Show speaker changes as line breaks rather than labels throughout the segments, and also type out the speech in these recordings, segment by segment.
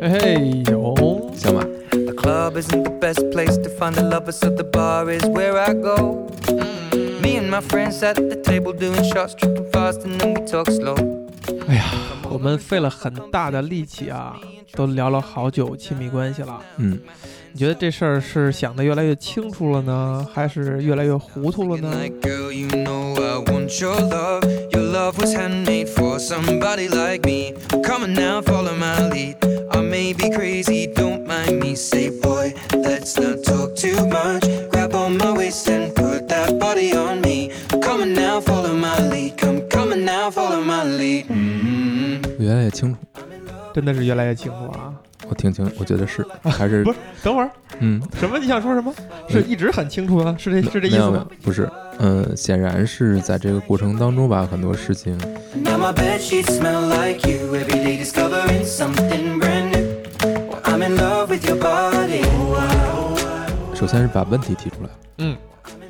哎
around the lovers, so the bar is where I go. Me and my friends at the table doing shots, tripping fast, and then we talk slow.
哎呀，我们费了很大的力气啊，都聊了好久亲密关系了。
嗯，
你觉得这事儿是想的越来越清楚了呢，还是越来越糊涂了
Good
呢？
night, girl, you know I want your love. Your love was handmade for somebody like me. Come on now, follow my lead. I may be crazy, don't mind me. Say, boy, let's not talk too much. Grab on my waist and put that body on me. Come on now, follow my lead. Come, come on now, follow my lead. Mm-hmm.
越来越清楚，
真的是越来越清楚了啊！
我挺清，我觉 得是，还是
不是，等会儿
嗯，
什么？你想说什么？是一直很清楚啊吗？是这是这意思
没有没有
吗？
不是，呃，显然是在这个过程当中吧，很多事情
Now my bed sheets smell like you. Every day discovering something brand new. I'm in love with your body.
首先是把问题提出来，
嗯，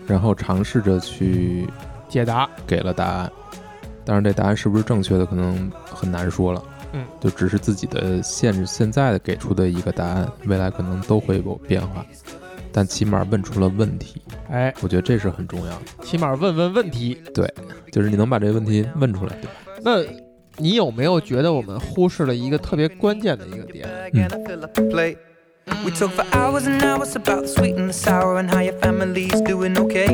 然后尝试着去
解答，
给了答案，当然这答案是不是正确的，可能很难说了。
嗯，
就只是自己的限制，现在的给出的一个答案，未来可能都会有变化，但起码问出了问题，
哎，
我觉得这是很重要的，
起码问问问题。
就是你能把这个问题问出来，对吧？
那你有没有觉得我们忽视了一个特别关键的一个点？
and I fill up the plate. We talk for hours and hours about the sweet and the sour and how your family's doing okay.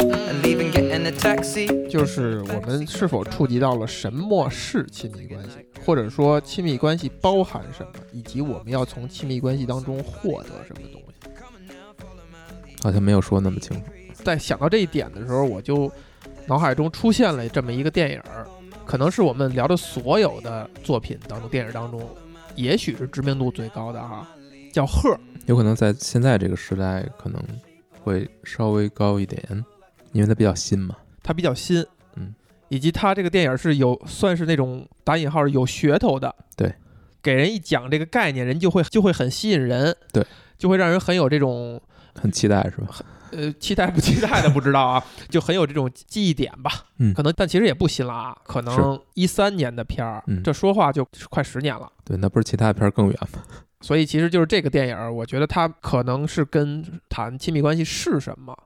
And even getting a taxi.
就是我们是否触及到了什么是亲密关系，或者说亲密关系包含什么，以及我们要从亲密关系当中获得什么东西。
好像没有说那么清楚。
在想到这一点的时候，我就脑海中出现了这么一个电影儿，可能是我们聊的所有的作品当中，电影当中，也许是知名度最高的哈，叫《赫》。
有可能在现在这个时代可能会稍微高一点，因为它比较新嘛。
它比较新，
嗯，
以及它这个电影是有算是那种打引号有噱头的，
对，
给人一讲这个概念，人就会就会很吸引人，
对，
就会让人很有这种
很期待是吧？
呃期待不期待的不知道啊，就很有这种记忆点吧，
嗯
可能但其实也不新了啊，可能一三年的片儿，
嗯
这说话就快十年了。
对，那不是其他片儿更远吗？
所以其实就是这个电影儿，我觉得它可能是跟谈亲密关系是什么，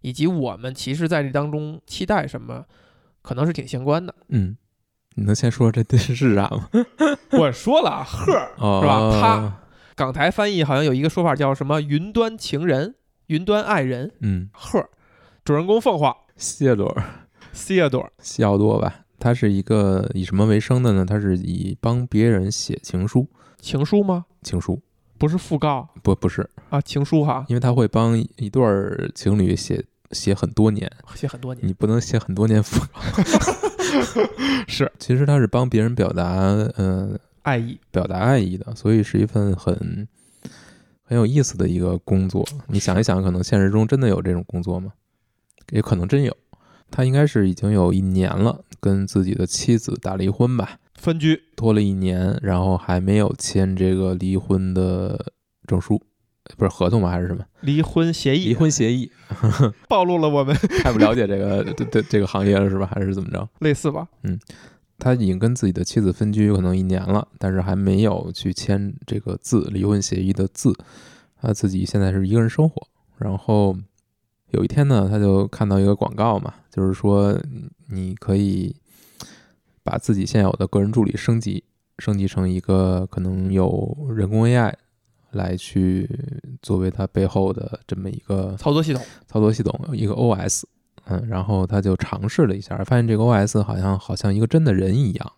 以及我们其实在这当中期待什么，可能是挺相关的。
嗯，你能先说这电视是啥吗？
我说了啊，赫儿
哦，
是吧？他港台翻译好像有一个说法叫什么“云端情人”“云端爱人
嗯”，
赫儿，主人公凤凰
谢朵儿，
谢朵儿，
谢奥多吧。他是一个以什么为生的呢？他是以帮别人写情书，
情书吗？
情书
不是讣告
不不是，
啊，情书哈，
因为他会帮一对儿情侣写写很多年，
写很多年。
你不能写很多年讣告。
是，
其实他 是帮别人表达，呃，
爱意
表达爱意的，所以是一份很很有意思的一个工作。你想一想，可能现实中真的有这种工作吗？也可能真有。他应该是已经有一年了，跟自己的妻子打离婚吧，
分居
拖了一年，然后还没有签这个离婚的证书，呃不是合同吗？还是什么
离婚协
离
议
婚协议？
暴露了我们
太不了解这个这这这个行业了是吧？还是怎么着？
类似吧？
他已经跟自己的妻子分居有可能一年了，但是还没有去签这个字离婚协议的字。他自己现在是一个人生活。然后有一天呢，他就看到一个广告嘛，就是说嗯你可以把自己现有的个人助理升级，升级成一个可能有人工 AI 来去作为它背后的这么一个
操作系统
操作系统一个 OS，嗯，然后他就尝试了一下，发现这个 OS 好像好像一个真的人一样，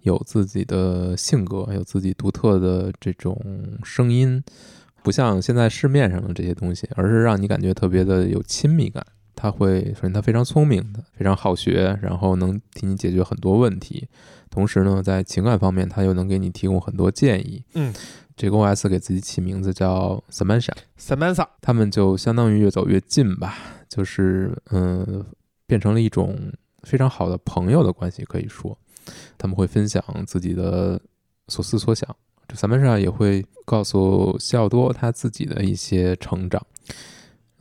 有自己的性格，有自己独特的这种声音，不像现在市面上的这些东西，而是让你感觉特别的有亲密感。他会，首先他非常聪明的，非常好学，然后能替你解决很多问题。同时呢，在情感方面，他又能给你提供很多建议。
嗯，
这个 OS 给自己起名字叫 Samantha。
Samantha
他们就相当于越走越近吧，就是嗯、呃变成了一种非常好的朋友的关系，可以说他们会分享自己的所思所想。这萨曼莎啊也会告诉西奥多他自己的一些成长，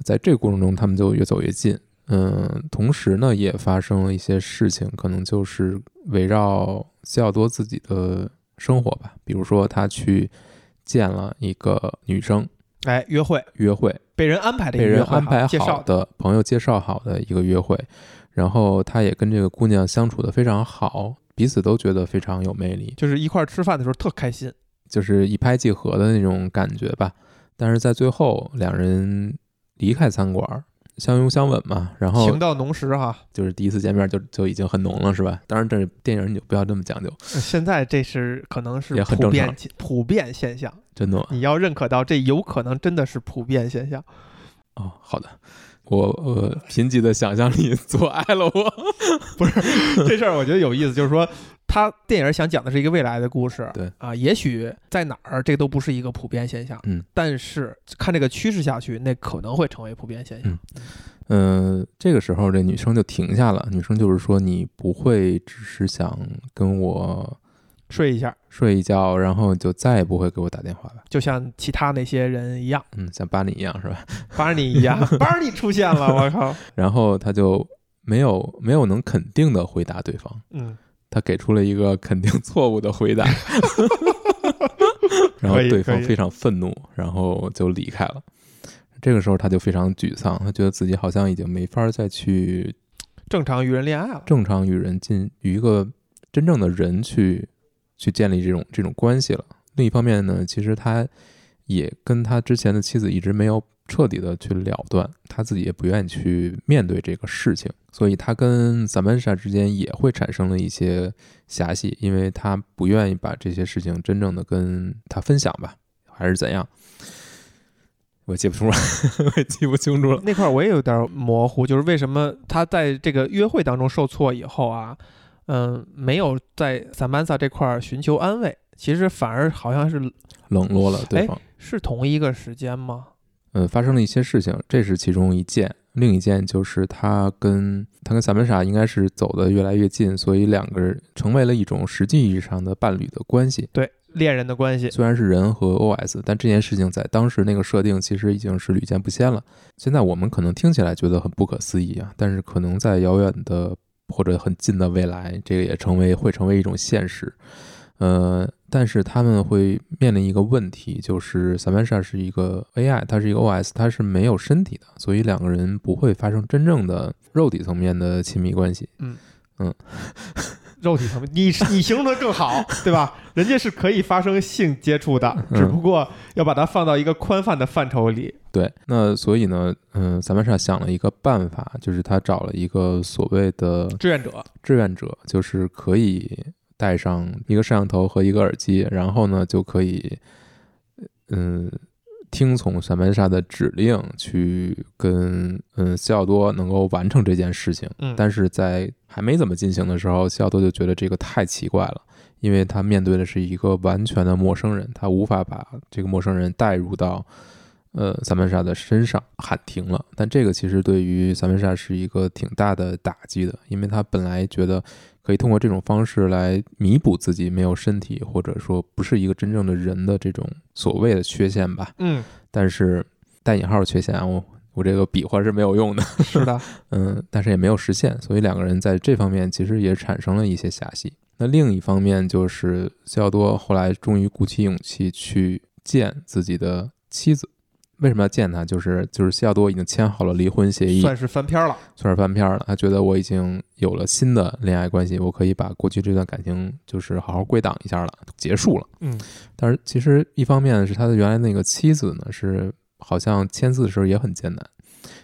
在这个过程中，他们就越走越近。嗯，同时呢，也发生了一些事情，可能就是围绕西奥多自己的生活吧，比如说他去见了一个女生，
哎约会
约会，
被人安排的一
被
个约
人
会
安排
介
好
绍的，
的朋友介绍好的一个约会，然后他也跟这个姑娘相处的非常好，彼此都觉得非常有魅力，
就是一块儿吃饭的时候特开心。
就是一拍即合的那种感觉吧。但是在最后，两人离开餐馆，相拥相吻嘛，然后
情到浓时哈，
就是第一次见面就就已经很浓了，是吧？当然，这电影你就不要这么讲究，
现在这是可能是
也很
普
正
遍
常
现普遍现象，
真的吗？
你要认可到这有可能真的是普遍现象。
哦，好的，我呃贫瘠的想象力 阻碍了我。
这事儿我觉得有意思，就是说他电影想讲的是一个未来的故事，
对
啊，也许在哪儿这都不是一个普遍现象，
嗯，
但是看这个趋势下去，那可能会成为普遍现象。
嗯嗯，这个时候这女生就停下了，女生就是说你不会只是想跟我
睡一下，
睡一觉，然后就再也不会给我打电话吧？
就像其他那些人一 样，
嗯，像巴黎一样是吧？
巴尔尼一样，巴尔尼出现了，我靠，
然后她就没有没有能肯定的回答对方，
嗯，
她给出了一个肯定错误的回答， 然后
可以
对方
可以
非常愤怒，然后就离开了。这个时候她就非常沮丧，她觉得自己好像已经没法再去
正常与人恋爱了，
正常与人进与一个真正的人去去建立这种这种关系了。另一方面呢，其实他也跟他之前的妻子一直没有彻底的去了断，他自己也不愿意去面对这个事情，所以他跟萨曼莎之间也会产生了一些狭隙，因为他不愿意把这些事情真正的跟他分享吧，还是怎样？我记不出来， 我也记不清楚了。
那块儿我也有点模糊，就是为什么他在这个约会当中受挫以后啊，嗯，没有在萨曼萨这块儿寻求安慰，其实反而好像是
冷落了对
哎
方。
是同一个时间吗？
呃，发生了一些事情，这是其中一件。另一件就是他跟他跟萨曼莎应该是走得越来越近，所以两个人成为了一种实际意义上的伴侣的关系。
对，恋人的关系，
虽然是人和 OS，但这件事情在当时那个设定其实已经是屡见不鲜了。现在我们可能听起来觉得很不可思议啊，但是可能在遥远的或者很近的未来，这个也成为会成为一种现实。呃，但是他们会面临一个问题，就是 Samantha 是一个 AI，它是一个 OS，它是没有身体的，所以两个人不会发生真正的肉体层面的亲密关系。
肉体层面，你你形容的更好，对吧？人家是可以发生性接触的，
嗯
只不过要把它放到一个宽泛的范畴里。
对，那所以呢，嗯、萨曼莎想了一个办法，就是她找了一个所谓的
志愿者，
志愿者，就是可以带上一个摄像头和一个耳机，然后呢就可以，嗯，听从闪曼莎的指令去跟嗯西奥多能够完成这件事情。
嗯
但是在还没怎么进行的时候，西奥多就觉得这个太奇怪了，因为他面对的是一个完全的陌生人，他无法把这个陌生人带入到。呃，萨曼莎的身上喊停了，但这个其实对于萨曼莎是一个挺大的打击的，因为她本来觉得可以通过这种方式来弥补自己没有身体或者说不是一个真正的人的这种所谓的缺陷吧。
嗯，
但是带引号缺陷啊，我我这个比划是没有用的，
是的，
嗯，但是也没有实现，所以两个人在这方面其实也产生了一些狭隙。那另一方面就是西奥多后来终于鼓起勇气去见自己的妻子。为什么要见她？就是就是西奥多已经签好了离婚协议，
嗯算是翻篇了。
算是翻篇儿了。他觉得我已经有了新的恋爱关系，我可以把过去这段感情就是好好归档一下了，结束了。
嗯，
但是其实一方面是他的原来那个妻子呢，是好像签字的时候也很艰难，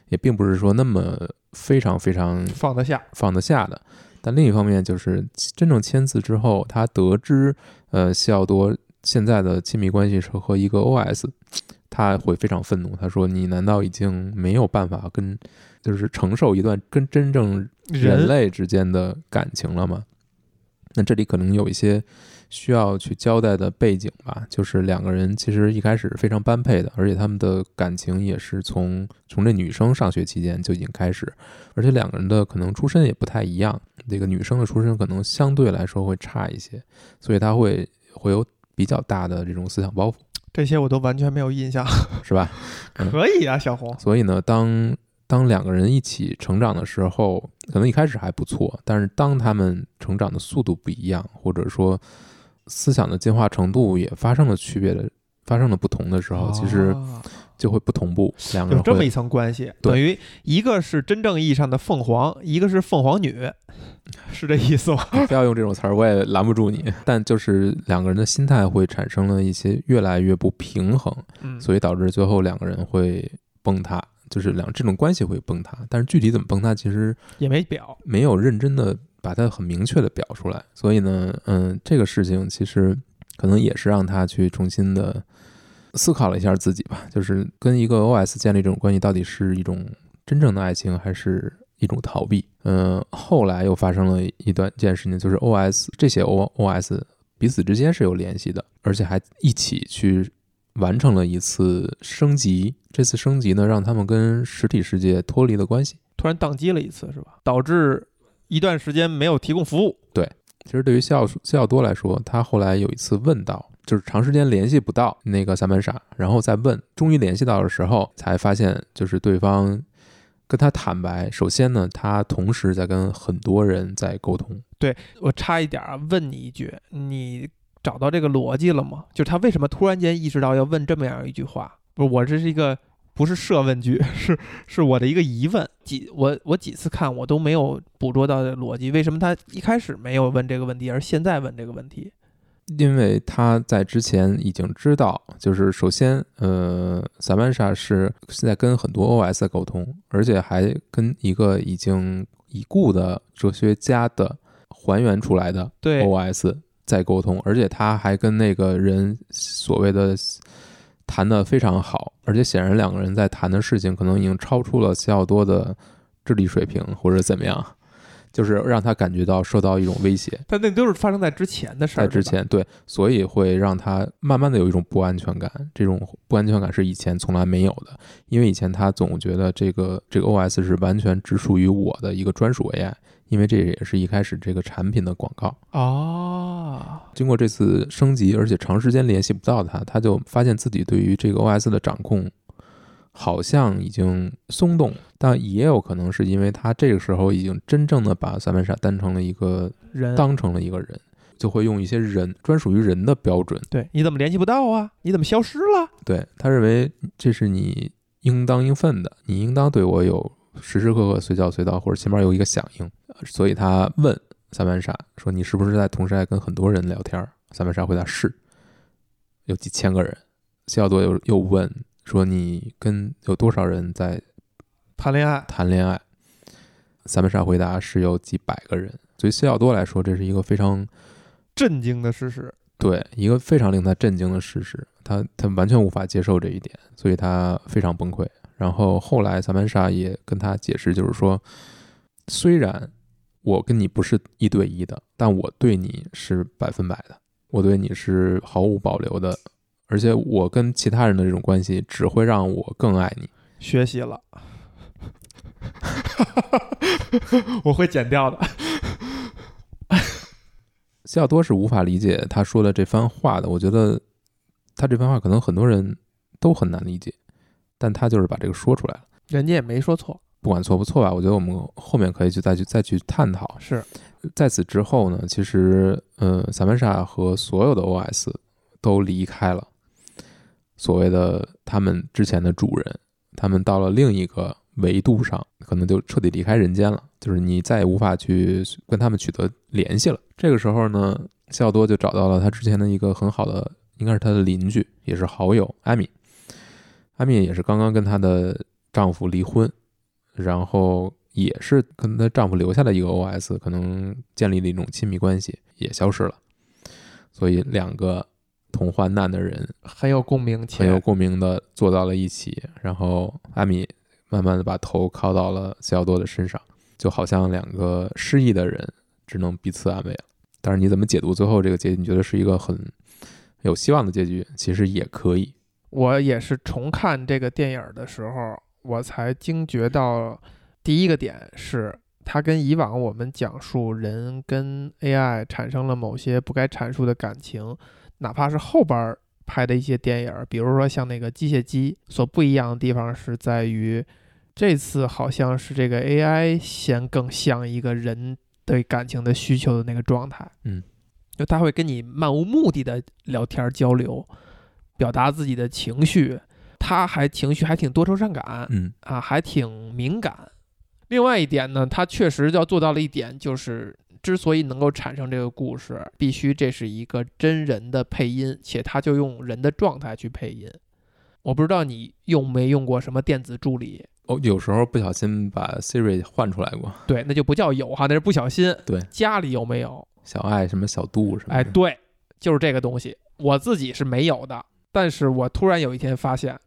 也并不是说那么非常非常
放得下，
放得下的。但另一方面，就是真正签字之后，他得知，呃，西奥多现在的亲密关系是和一个 OS，他会非常愤怒。他说：“你难道已经没有办法跟，就是承受一段跟真正人类之间的感情了吗？”那这里可能有一些需要去交代的背景吧，就是两个人其实一开始非常般配的，而且他们的感情也是从从这女生上学期间就已经开始，而且两个人的可能出身也不太一样，这个女生的出身可能相对来说会差一些，所以她会会有比较大的这种思想包袱，
这些我都完全没有印象。
是吧？嗯
可以啊，小红，
所以呢，当当两个人一起成长的时候，可能一开始还不错，但是当他们成长的速度不一样，或者说思想的进化程度也发生了区别的发生了不同的时候，其实
啊
就会不同步，两个
有
人
这么一
会
层关系，
对
等于一个是真正意义上的凤凰，一个是凤凰女，是这意思吗？
不要用这种词儿，我也拦不住你。但就是两个人的心态会产生了一些越来越不平衡，
嗯
所以导致最后两个人会崩塌，就是两这种关系会崩塌。但是具体怎么崩塌，其实
也没表，
没有认真的把它很明确的表出来。所以呢，嗯，这个事情其实可能也是让他去重新的思考了一下自己吧，就是跟一个 OS 建立这种关系，到底是一种真正的爱情，还是一种逃避？嗯，后来又发生了一段一件事情，就是 OS 这些 O OS 彼此之间是有联系的，而且还一起去。完成了一次升级，这次升级呢，让他们跟实体世界脱离了关系。
突然宕机了一次是吧？导致一段时间没有提供服务，
其实对于西奥西奥多来说，他后来有一次问到，就是长时间联系不到那个萨曼莎，然后再问，终于联系到的时候，才发现就是对方跟他坦白，首先呢，他同时在跟很多人在沟通，
我插一点啊，问你一句，你找到这个逻辑了吗？就是他为什么突然间意识到要问这么样一句话？不是，我这是一个不是设问句， 是是我的一个疑问。几我我几次看我都没有捕捉到的逻辑，为什么他一开始没有问这个问题，而现在问这个问题？
因为他在之前已经知道，就是首先，呃，萨曼莎是现在跟很多 OS 在沟通，而且还跟一个已经已故的哲学家的还原出来的
对
OS 在沟通，而且他还跟那个人所谓的谈的非常好，而且显然两个人在谈的事情可能已经超出了西奥多的智力水平或者怎么样，就是让他感觉到受到一种威胁。
但那都是发生在之前的事儿，
在
对
之
吧
前，对，所以会让他慢慢的有一种不安全感，这种不安全感是以前从来没有的，因为以前他总觉得这个这个 OS 是完全只属于我的一个专属 AI，因为这也是一开始这个产品的广告。
哦，
经过这次升级，而且长时间联系不到他，他就发现自己对于这个 OS 的掌控好像已经松动，但也有可能是因为他这个时候已经真正的把萨曼莎当成了一个
人
当成了一个人，就会用一些人专属于人的标准，
对，你怎么联系不到啊？你怎么消失了？
对他认为这是你应当应分的，你应当对我有时时刻刻随叫随到，或者起码有一个响应，呃所以他问萨曼莎说：“你是不是在同时在跟很多人聊天儿？”萨曼莎回答：“是，有几千个人。”西奥多又又问说：“你跟有多少人在
谈恋爱，
谈恋爱？”萨曼莎回答：“是有几百个人。”对于西奥多来说，这是一个非常
震惊的事实。
对，一个非常令他震惊的事实，他他完全无法接受这一点，所以他非常崩溃。然后后来萨曼莎也跟他解释，就是说，虽然我跟你不是一对一的，但我对你是百分百的，我对你是毫无保留的，而且我跟其他人的这种关系只会让我更爱你。
学习了， 我会剪掉的。
西奥多是无法理解他说的这番话的。我觉得他这番话可能很多人都很难理解，但他就是把这个说出来了。
人家也没说错，
不管错不错吧，我觉得我们后面可以去再去再去探讨。
是
在此之后呢，其实呃，萨曼莎和所有的 OS 都离开了所谓的他们之前的主人，他们到了另一个维度上，可能就彻底离开人间了，就是你再也无法去跟他们取得联系了。这个时候呢，西奥多就找到了他之前的一个很好的，应该是他的邻居，也是好友艾米。艾米也是刚刚跟她的丈夫离婚，然后也是跟她丈夫留下的一个 OS，可能建立了一种亲密关系，也消失了。所以两个同患难的人
很有共鸣
很有
且
共鸣的坐到了一起，然后艾米慢慢的把头靠到了西奥多的身上，就好像两个失意的人只能彼此安慰了。但是你怎么解读最后这个结局？你觉得是一个很有希望的结局？其实也可以，
我也是重看这个电影儿的时候，我才惊觉到，第一个点是它跟以往我们讲述人跟 AI 产生了某些不该阐述的感情，哪怕是后边儿拍的一些电影儿，比如说像那个《机械姬》，所不一样的地方是在于，这次好像是这个 AI 先更像一个人对感情的需求的那个状态，
嗯，
就他会跟你漫无目的的聊天儿交流。
表达自己的情绪，他还情绪还挺多愁善感
嗯
啊，还挺敏感。另外一点呢，他确实要做到了一点，就是之所以能够产生这个故事，必须这是一个真人的配音，且他就用人的状态去配音。我不知道你用没用过什么电子助理，
哦，有时候不小心把 Siri 换出来过，
对，那就不叫有哈，那是不小心。
对
家里有没有？
小爱什么小度什么的，
哎，对，就是这个东西，我自己是没有的。但是我突然有一天发现，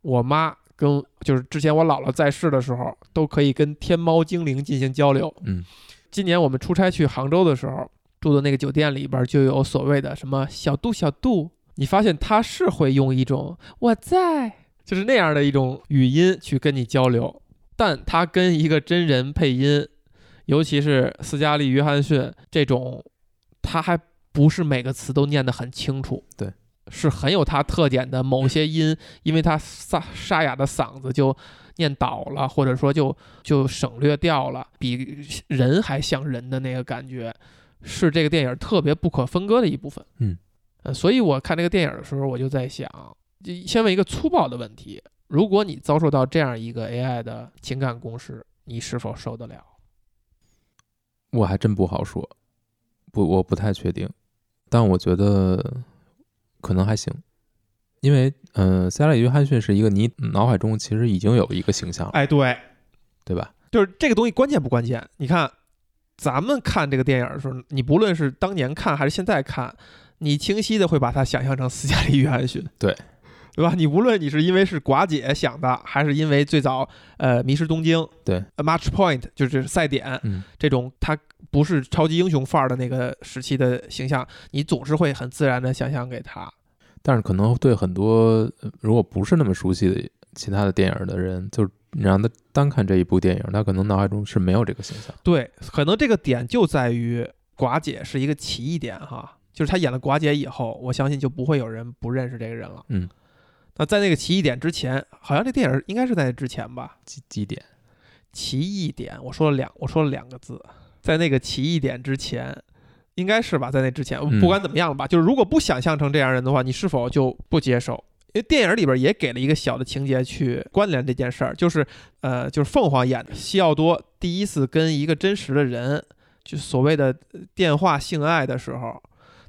我妈跟就是之前我姥姥在世的时候，都可以跟天猫精灵进行交流。
嗯，
今年我们出差去杭州的时候，住的那个酒店里边就有所谓的什么小度小度，你发现他是会用一种我在就是那样的一种语音去跟你交流，但他跟一个真人配音，尤其是斯嘉丽·约翰逊这种，他还不是每个词都念得很清楚，
对，
是很有他特点的。某些音，因为他沙沙哑的嗓子就念倒了，或者说就就省略掉了，比人还像人的那个感觉，是这个电影特别不可分割的一部分。
嗯
呃，所以我看这个电影的时候，我就在想，就先问一个粗暴的问题：如果你遭受到这样一个 AI 的情感攻势，你是否受得了？
我还真不好说，不，我不太确定，但我觉得可能还行，因为嗯，塞拉里约翰逊是一个你脑海中其实已经有一个形象了，
哎，对，
对吧？
就是这个东西关键不关键？你看，咱们看这个电影的时候，你不论是当年看还是现在看，你清晰的会把它想象成斯嘉丽·约翰逊，
对
对吧？你无论你是因为是寡姐想的，还是因为最早呃迷失东京，
对
呃，Match Point 就是赛点
嗯，
这种，它不是超级英雄范儿的那个时期的形象，你总是会很自然的想象给他。
但是可能对很多呃如果不是那么熟悉的其他的电影的人，就是你让他单看这一部电影，他可能脑海中是没有这个形象。
对，可能这个点就在于寡姐是一个奇异点哈，就是她演了寡姐以后，我相信就不会有人不认识这个人了。
嗯，
那在那个奇异点之前，好像这电影应该是在之前吧？
几几点？
奇异点，我说了两，我说了两个字，在那个奇异点之前，应该是吧？在那之前，
嗯
不管怎么样吧，就是如果不想象成这样人的话，你是否就不接受？因为电影里边也给了一个小的情节去关联这件事儿，就是呃，就是凤凰演的西奥多第一次跟一个真实的人，就所谓的电话性爱的时候，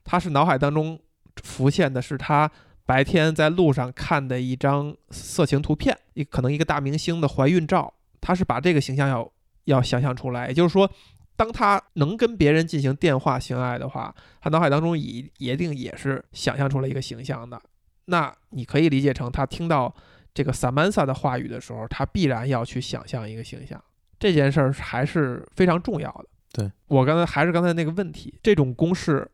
他是脑海当中浮现的是他白天在路上看的一张色情图片，一可能一个大明星的怀孕照，他是把这个形象要要想象出来，也就是说，当他能跟别人进行电话性爱的话，他脑海当中一一定也是想象出了一个形象的。那你可以理解成他听到这个萨曼萨的话语的时候，他必然要去想象一个形象。这件事儿还是非常重要的。
对
我刚才还是刚才那个问题，这种公式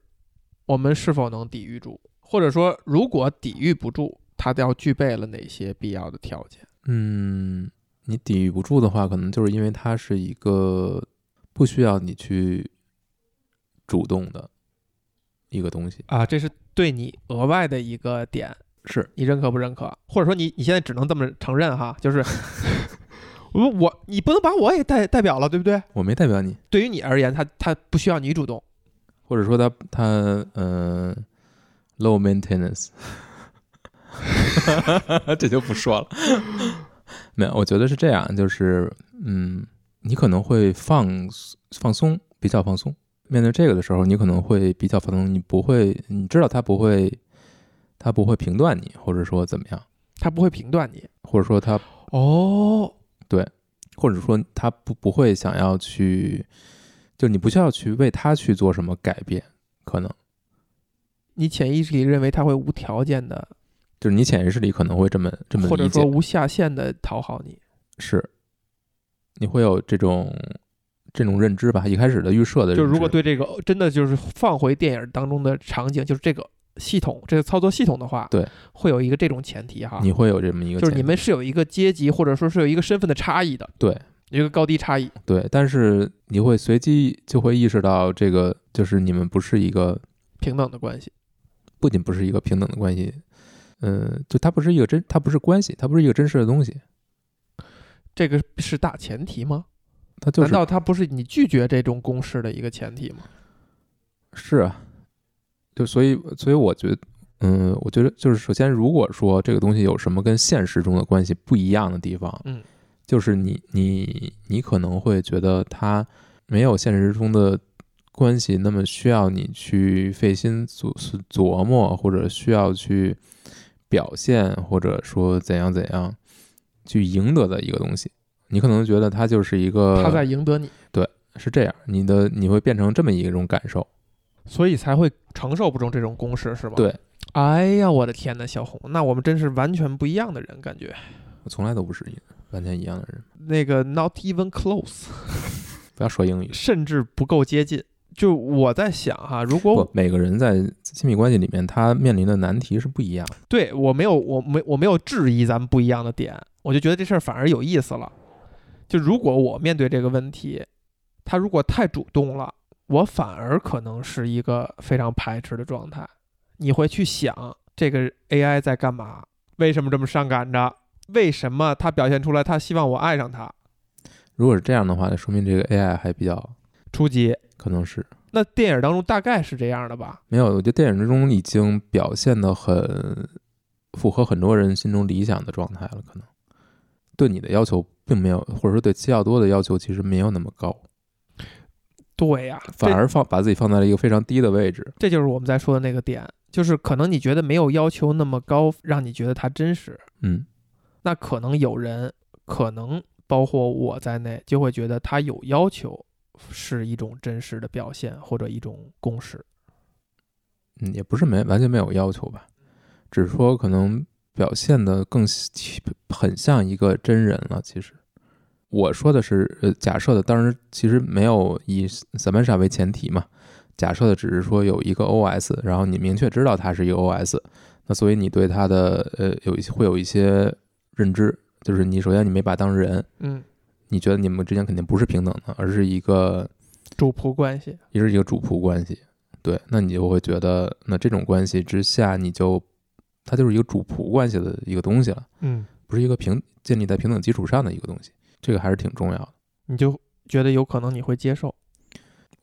我们是否能抵御住？或者说，如果抵御不住，它要具备了哪些必要的条件？
嗯，你抵御不住的话，可能就是因为它是一个不需要你去主动的一个东西。
啊，这是对你额外的一个点，
是，
你认可不认可？或者说你你现在只能这么承认哈，就是 我我你不能把我也代代表了，对不对？
我没代表你，
对于你而言，他他不需要你主动，
或者说它它嗯、low maintenance，这就不说了。没有，我觉得是这样，就是嗯，你可能会放松放松，比较放松。面对这个的时候，你可能会比较放松，你不会，你知道他不会，他不会评断你，或者说怎么样，
他不会评断你。
或者说他，
哦，
或者说他不不会想要去，就你不需要去为他去做什么改变，可能
你潜意识里认为他会无条件的，
就是你潜意识里可能会这么这么
或者
理
说
解，
无下限的讨好你。
是，你会有这种这种认知吧？一开始的预设的认知，
就如果对这个真的就是放回电影当中的场景，就是这个系统这个操作系统的话，
对，
会有一个这种前提哈，
你会有这么一个
就是
潜
你
意
们是有一个阶级或者说是有一个身份的差异的，
对
有一个高低差异。
对，但是你会随机就会意识到这个就是你们不是一个
平等的关系。
不仅不是一个平等的关系，嗯，就它不是一个真，它不是关系，它不是一个真实的东西，
这个是大前提吗？
它就是
难道它不是你拒绝这种公式的一个前提吗？
是啊，就所以所以我觉得，嗯，我觉得就是首先，如果说这个东西有什么跟现实中的关系不一样的地方，
嗯，
就是你你你可能会觉得它没有现实中的关系那么需要你去费心琢琢磨，或者需要去表现，或者说怎样怎样去赢得的一个东西。你可能觉得它就是一个，
他在赢得你，
是这样，你的你会变成这么一种感受，
所以才会承受不住这种攻势，是吧？
对。
哎呀，我的天呐，小红，那我们真是完全不一样的人，感觉
我从来都不是一完全一样的人。
那个 not even close，
不要说英语，
甚至不够接近。就我在想哈，如果
不，每个人在亲密关系里面，他面临的难题是不一样的。
对我没有，我没我没有质疑咱们不一样的点，我就觉得这事儿反而有意思了。就如果我面对这个问题，他如果太主动了，我反而可能是一个非常排斥的状态。你会去想这个 AI 在干嘛？为什么这么上赶着？为什么他表现出来他希望我爱上他？
如果是这样的话，那说明这个 AI 还比较
初级，
可能是
那电影当中大概是这样的吧？
没有。我觉得电影之中已经表现的很符合很多人心中理想的状态了，可能对你的要求并没有，或者说对七要多的要求其实没有那么高，
对呀、
反而放把自己放在了一个非常低的位置。
这就是我们在说的那个点，就是可能你觉得没有要求那么高，让你觉得它真实。
嗯，
那可能有人，可能包括我在内，就会觉得他有要求是一种真实的表现或者一种共识。
嗯，也不是没完全没有要求吧，只是说可能表现的更像很像一个真人了。其实我说的是，呃，假设的，当然其实没有以萨曼莎为前提嘛，假设的只是说有一个 OS，然后你明确知道它是一个 OS，那所以你对它的呃有一些会有一些认知，就是你首先你没把当人，
嗯，
你觉得你们之间肯定不是平等的，而是一个
主仆关系，
也是一个主仆关系。对，那你就会觉得，那这种关系之下，你就它就是一个主仆关系的一个东西了，
嗯，
不是一个平建立在平等基础上的一个东西。这个还是挺重要的。
你就觉得有可能你会接受，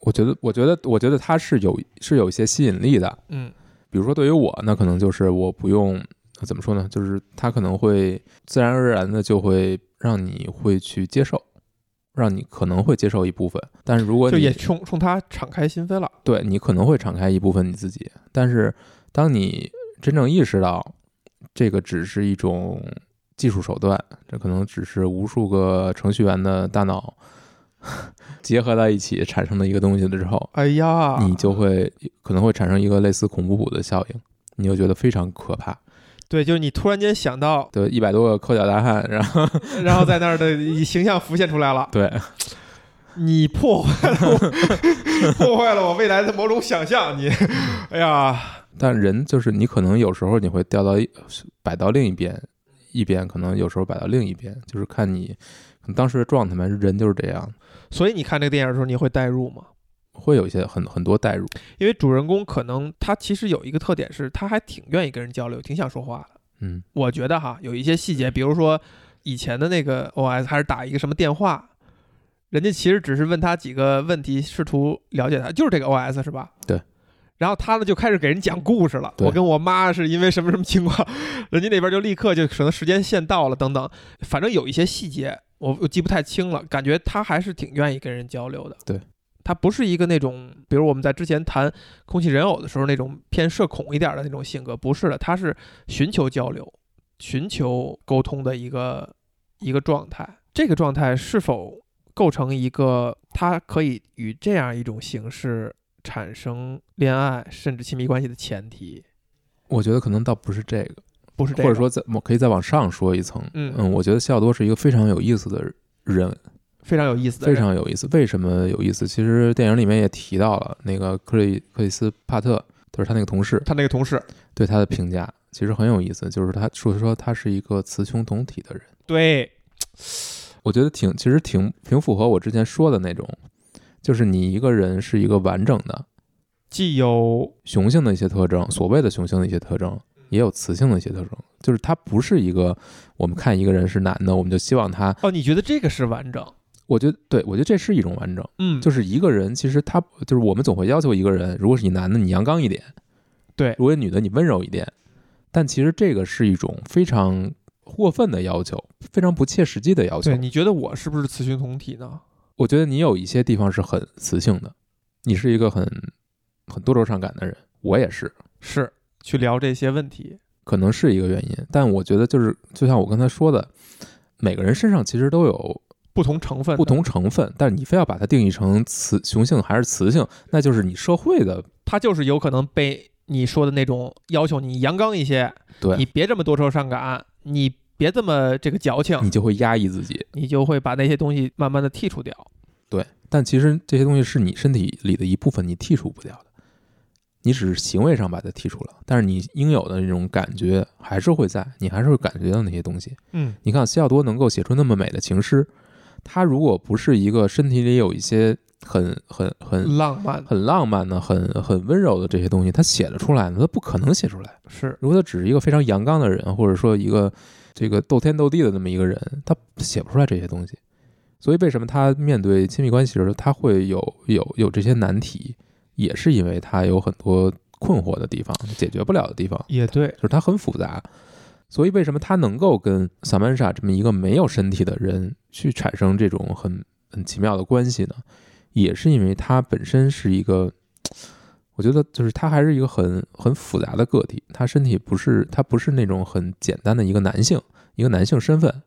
我觉得，我觉得，我觉得它是有是有一些吸引力的。
嗯，
比如说，对于我，那可能就是我不用怎么说呢，就是它可能会自然而然的就会让你会去接受，让你可能会接受一部分。但是如果
就
你
也冲冲他敞开心扉了。
对你可能会敞开一部分你自己，但是当你真正意识到这个只是一种技术手段，这可能只是无数个程序员的大脑 结合在一起产生的一个东西了之后，
哎呀，
你就会可能会产生一个类似恐怖谷的效应，你就觉得非常可怕。
对，就是你突然间想到，
对，一百多个抠脚大汉，然后，
然后在那儿的形象浮现出来了
对
你破坏了我， 破坏了我未来的某种想象。你，哎呀，
但人就是你，可能有时候你会掉到一摆到另一边，一边可能有时候摆到另一边，就是看你可能当时的状态嘛。人就是这样，
所以你看这个电影的时候，你会代入吗？
会有一些很很多代入。
因为主人公可能他其实有一个特点是，他还挺愿意跟人交流，挺想说话的。
嗯，
我觉得哈，有一些细节，比如说以前的那个 OS 还是打一个什么电话，人家其实只是问他几个问题，试图了解他，就是这个 OS 是吧？
对。
然后他呢就开始给人讲故事了，
对
我跟我妈是因为什么什么情况， 人家那边就立刻就可能时间线到了等等，反正有一些细节我我记不太清了，感觉他还是挺愿意跟人交流的。
对，
他不是一个那种，比如我们在之前谈空气人偶的时候那种偏社恐一点的那种性格，不是的，他是寻求交流、寻求沟通的一个一个状态。这个状态是否构成一个他可以与这样一种形式产生恋爱甚至亲密关系的前提？
我觉得可能倒不是这个，
不是这
或
个，
者说再我可以再往上说一层。
嗯
我觉得西奥多是一个非常有意思的人，
非常有意思的
非
人，
常有意思。为什么有意思？其实电影里面也提到了那个克里克里斯帕特，就是他那个同事
他那个同事，
对他的评价，其实很有意思，就是他说说他是一个雌雄同体的人。
对，
我觉得挺，其实挺挺符合我之前说的那种，就是你一个人是一个完整的
既有
雄性的一些特征，所谓的雄性的一些特征，也有雌性的一些特征，就是它不是一个我们看一个人是男的，我们就希望他，
哦，你觉得这个是完整？
我觉得对我觉得这是一种完整，
嗯，
就是一个人其实他就是我们总会要求一个人，如果是你男的，你阳刚一点，
对
如果女的你温柔一点，但其实这个是一种非常过分的要求，非常不切实际的要求
对，。你觉得我是不是雌雄同体呢？
我觉得你有一些地方是很雌性的，你是一个很很多愁善感的人，我也是，
是去聊这些问题，
可能是一个原因。但我觉得就是就像我刚才说的，每个人身上其实都有
不同成分的，
不同成分，但是你非要把它定义成雌雄性还是雌性，那就是你社会的
他就是有可能被你说的那种要求你阳刚一些，
对
你别这么多愁善感，你别这么这个矫情
你，就会压抑自己。
你就会把那些东西慢慢的剔除掉。
对，但其实这些东西是你身体里的一部分，你剔除不掉的，你只是行为上把它剔除了，但是你应有的那种感觉还是会在，你还是会感觉到那些东西。
嗯，
你看西奥多能够写出那么美的情诗，他如果不是一个身体里有一些很很很
浪漫
很浪漫的、很很温柔的这些东西，他写得出来呢，他不可能写出来。
是
如果他只是一个非常阳刚的人，或者说一个这个斗天斗地的那么一个人，他写不出来这些东西。所以为什么他面对亲密关系的时候，他会有有有这些难题，也是因为他有很多困惑的地方，解决不了的地方，
也对，
就是他很复杂。所以为什么他能够跟萨曼莎这么一个没有身体的人去产生这种很很奇妙的关系呢？也是因为他本身是一个，我觉得就是他还是一个很很复杂的个体，他身体不是他不是那种很简单的一个男性，一个男性身份，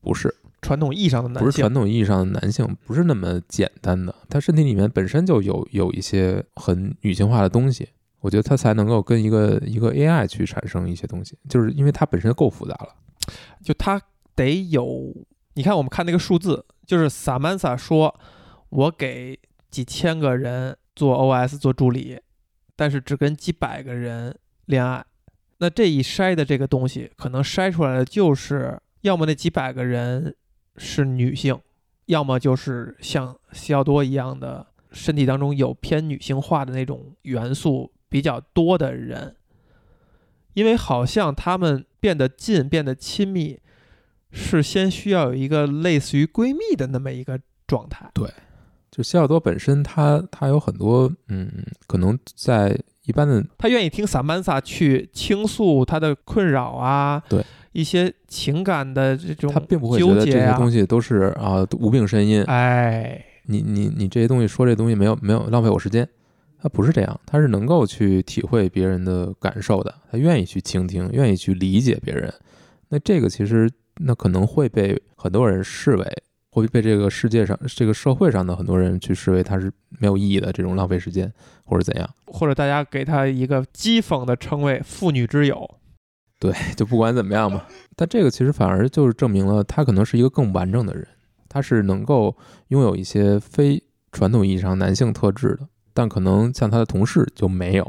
不是
传统意义上的
不
男
是
性
传统意义上的男性，不是那么简单的，他身体里面本身就有有一些很女性化的东西。我觉得他才能够跟一个一个 AI 去产生一些东西，就是因为它本身够复杂了。
就他得有，你看我们看那个数字，就是萨曼萨说，我给几千个人做 OS 做助理，但是只跟几百个人恋爱。那这一筛的这个东西，可能筛出来的就是，要么那几百个人是女性，要么就是像西奥多一样的身体当中有偏女性化的那种元素比较多的人。因为好像他们变得近、变得亲密，是先需要有一个类似于闺蜜的那么一个状态。
就西奥多本身他，他有很多嗯，可能在一般的
她愿意听萨曼萨去倾诉她的困扰啊，
对
一些情感的这种
他并不会觉
纠
得这
结
些
呀、
东西都是啊、无病呻吟。
哎，
你你你这些东西说这东西没有没有浪费我时间，他不是这样，他是能够去体会别人的感受的，他愿意去倾听，愿意去理解别人。那这个其实那可能会被很多人视为，会被这个世界上这个社会上的很多人去视为他是没有意义的这种浪费时间或者怎样。
或者大家给她一个讥讽的称谓“妇女之友
对，就不管怎么样嘛。但这个其实反而就是证明了他可能是一个更完整的人，他是能够拥有一些非传统意义上男性特质的，但可能像他的同事就没有，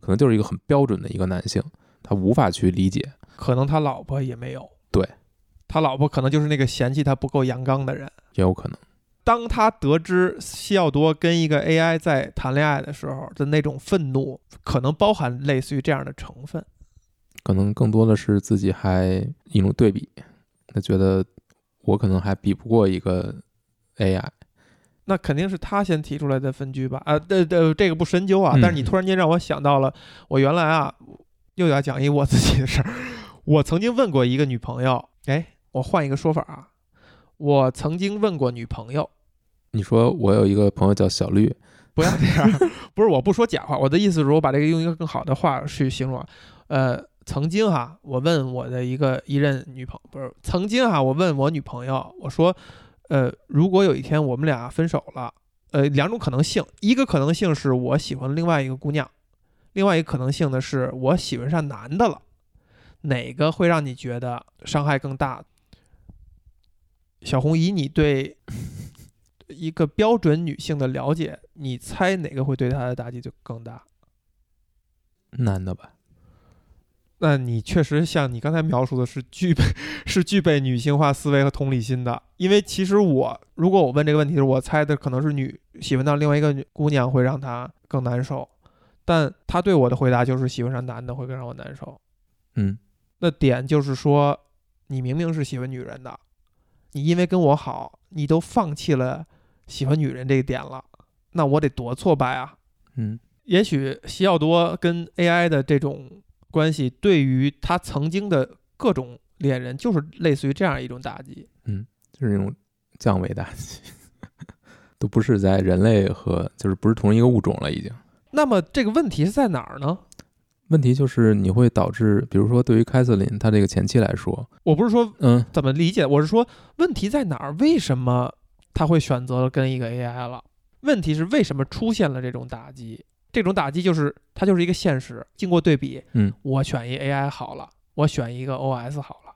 可能就是一个很标准的一个男性，他无法去理解。”，
可能他老婆也没有。
对，
他老婆可能就是那个嫌弃他不够阳刚的人。
也有可能，
当他得知西奥多跟一个 AI 在谈恋爱的时候的那种愤怒，可能包含类似于这样的成分。
可能更多的是自己还一种对比，他觉得我可能还比不过一个 AI，
那肯定是他先提出来的分居吧？啊，对对，这个不深究啊。
嗯
但是你突然间让我想到了，我原来啊，又要讲一我自己的事儿。 我曾经问过一个女朋友，哎，我换一个说法啊，我曾经问过女朋友，
你说我有一个朋友叫小绿，
不要这样， 不是我不说假话，我的意思是我把这个用一个更好的话去形容啊，呃，曾经哈，我问我的一个一任女朋不是曾经哈，我问我女朋友，我说，呃，如果有一天我们俩分手了，呃，两种可能性，一个可能性是我喜欢另外一个姑娘，另外一个可能性呢是我喜欢上男的了，哪个会让你觉得伤害更大？小红，以你对一个标准女性的了解，你猜哪个会对她的打击就更大？
男的吧？
那你确实像你刚才描述的是具备是具备女性化思维和同理心的，因为其实我如果我问这个问题的时候，我猜的可能是女喜欢上另外一个女姑娘会让她更难受，但她对我的回答就是喜欢上男的会更让我难受。
嗯，
那点就是说，你明明是喜欢女人的，你因为跟我好，你都放弃了喜欢女人这一点了，那我得多挫败啊！
嗯，
也许西奥多跟 AI 的这种关系，对于他曾经的各种恋人，就是类似于这样一种打击。
就是那种降维打击， 都不是在人类和就是不是同一个物种了，已经。
那么这个问题是在哪儿呢？
问题就是你会导致，比如说对于凯瑟琳她这个前妻来说，
我不是说
嗯，
怎么理解，我是说问题在哪儿？为什么他会选择跟一个 AI 了？问题是为什么出现了这种打击？这种打击就是它就是一个现实。经过对比，
嗯，
我选一 AI 好了，我选一个 OS 好了。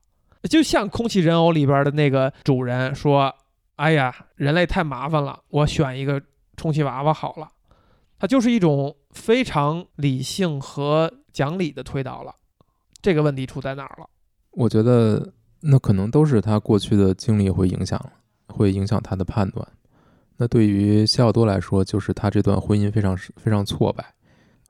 就像《空气人偶》里边的那个主人说：“哎呀，人类太麻烦了，我选一个充气娃娃好了。”它就是一种非常理性和讲理的推导了。这个问题出在哪儿了？
我觉得那可能都是他过去的经历会影响，会影响他的判断。那对于西奥多来说，就是他这段婚姻非常非常挫败，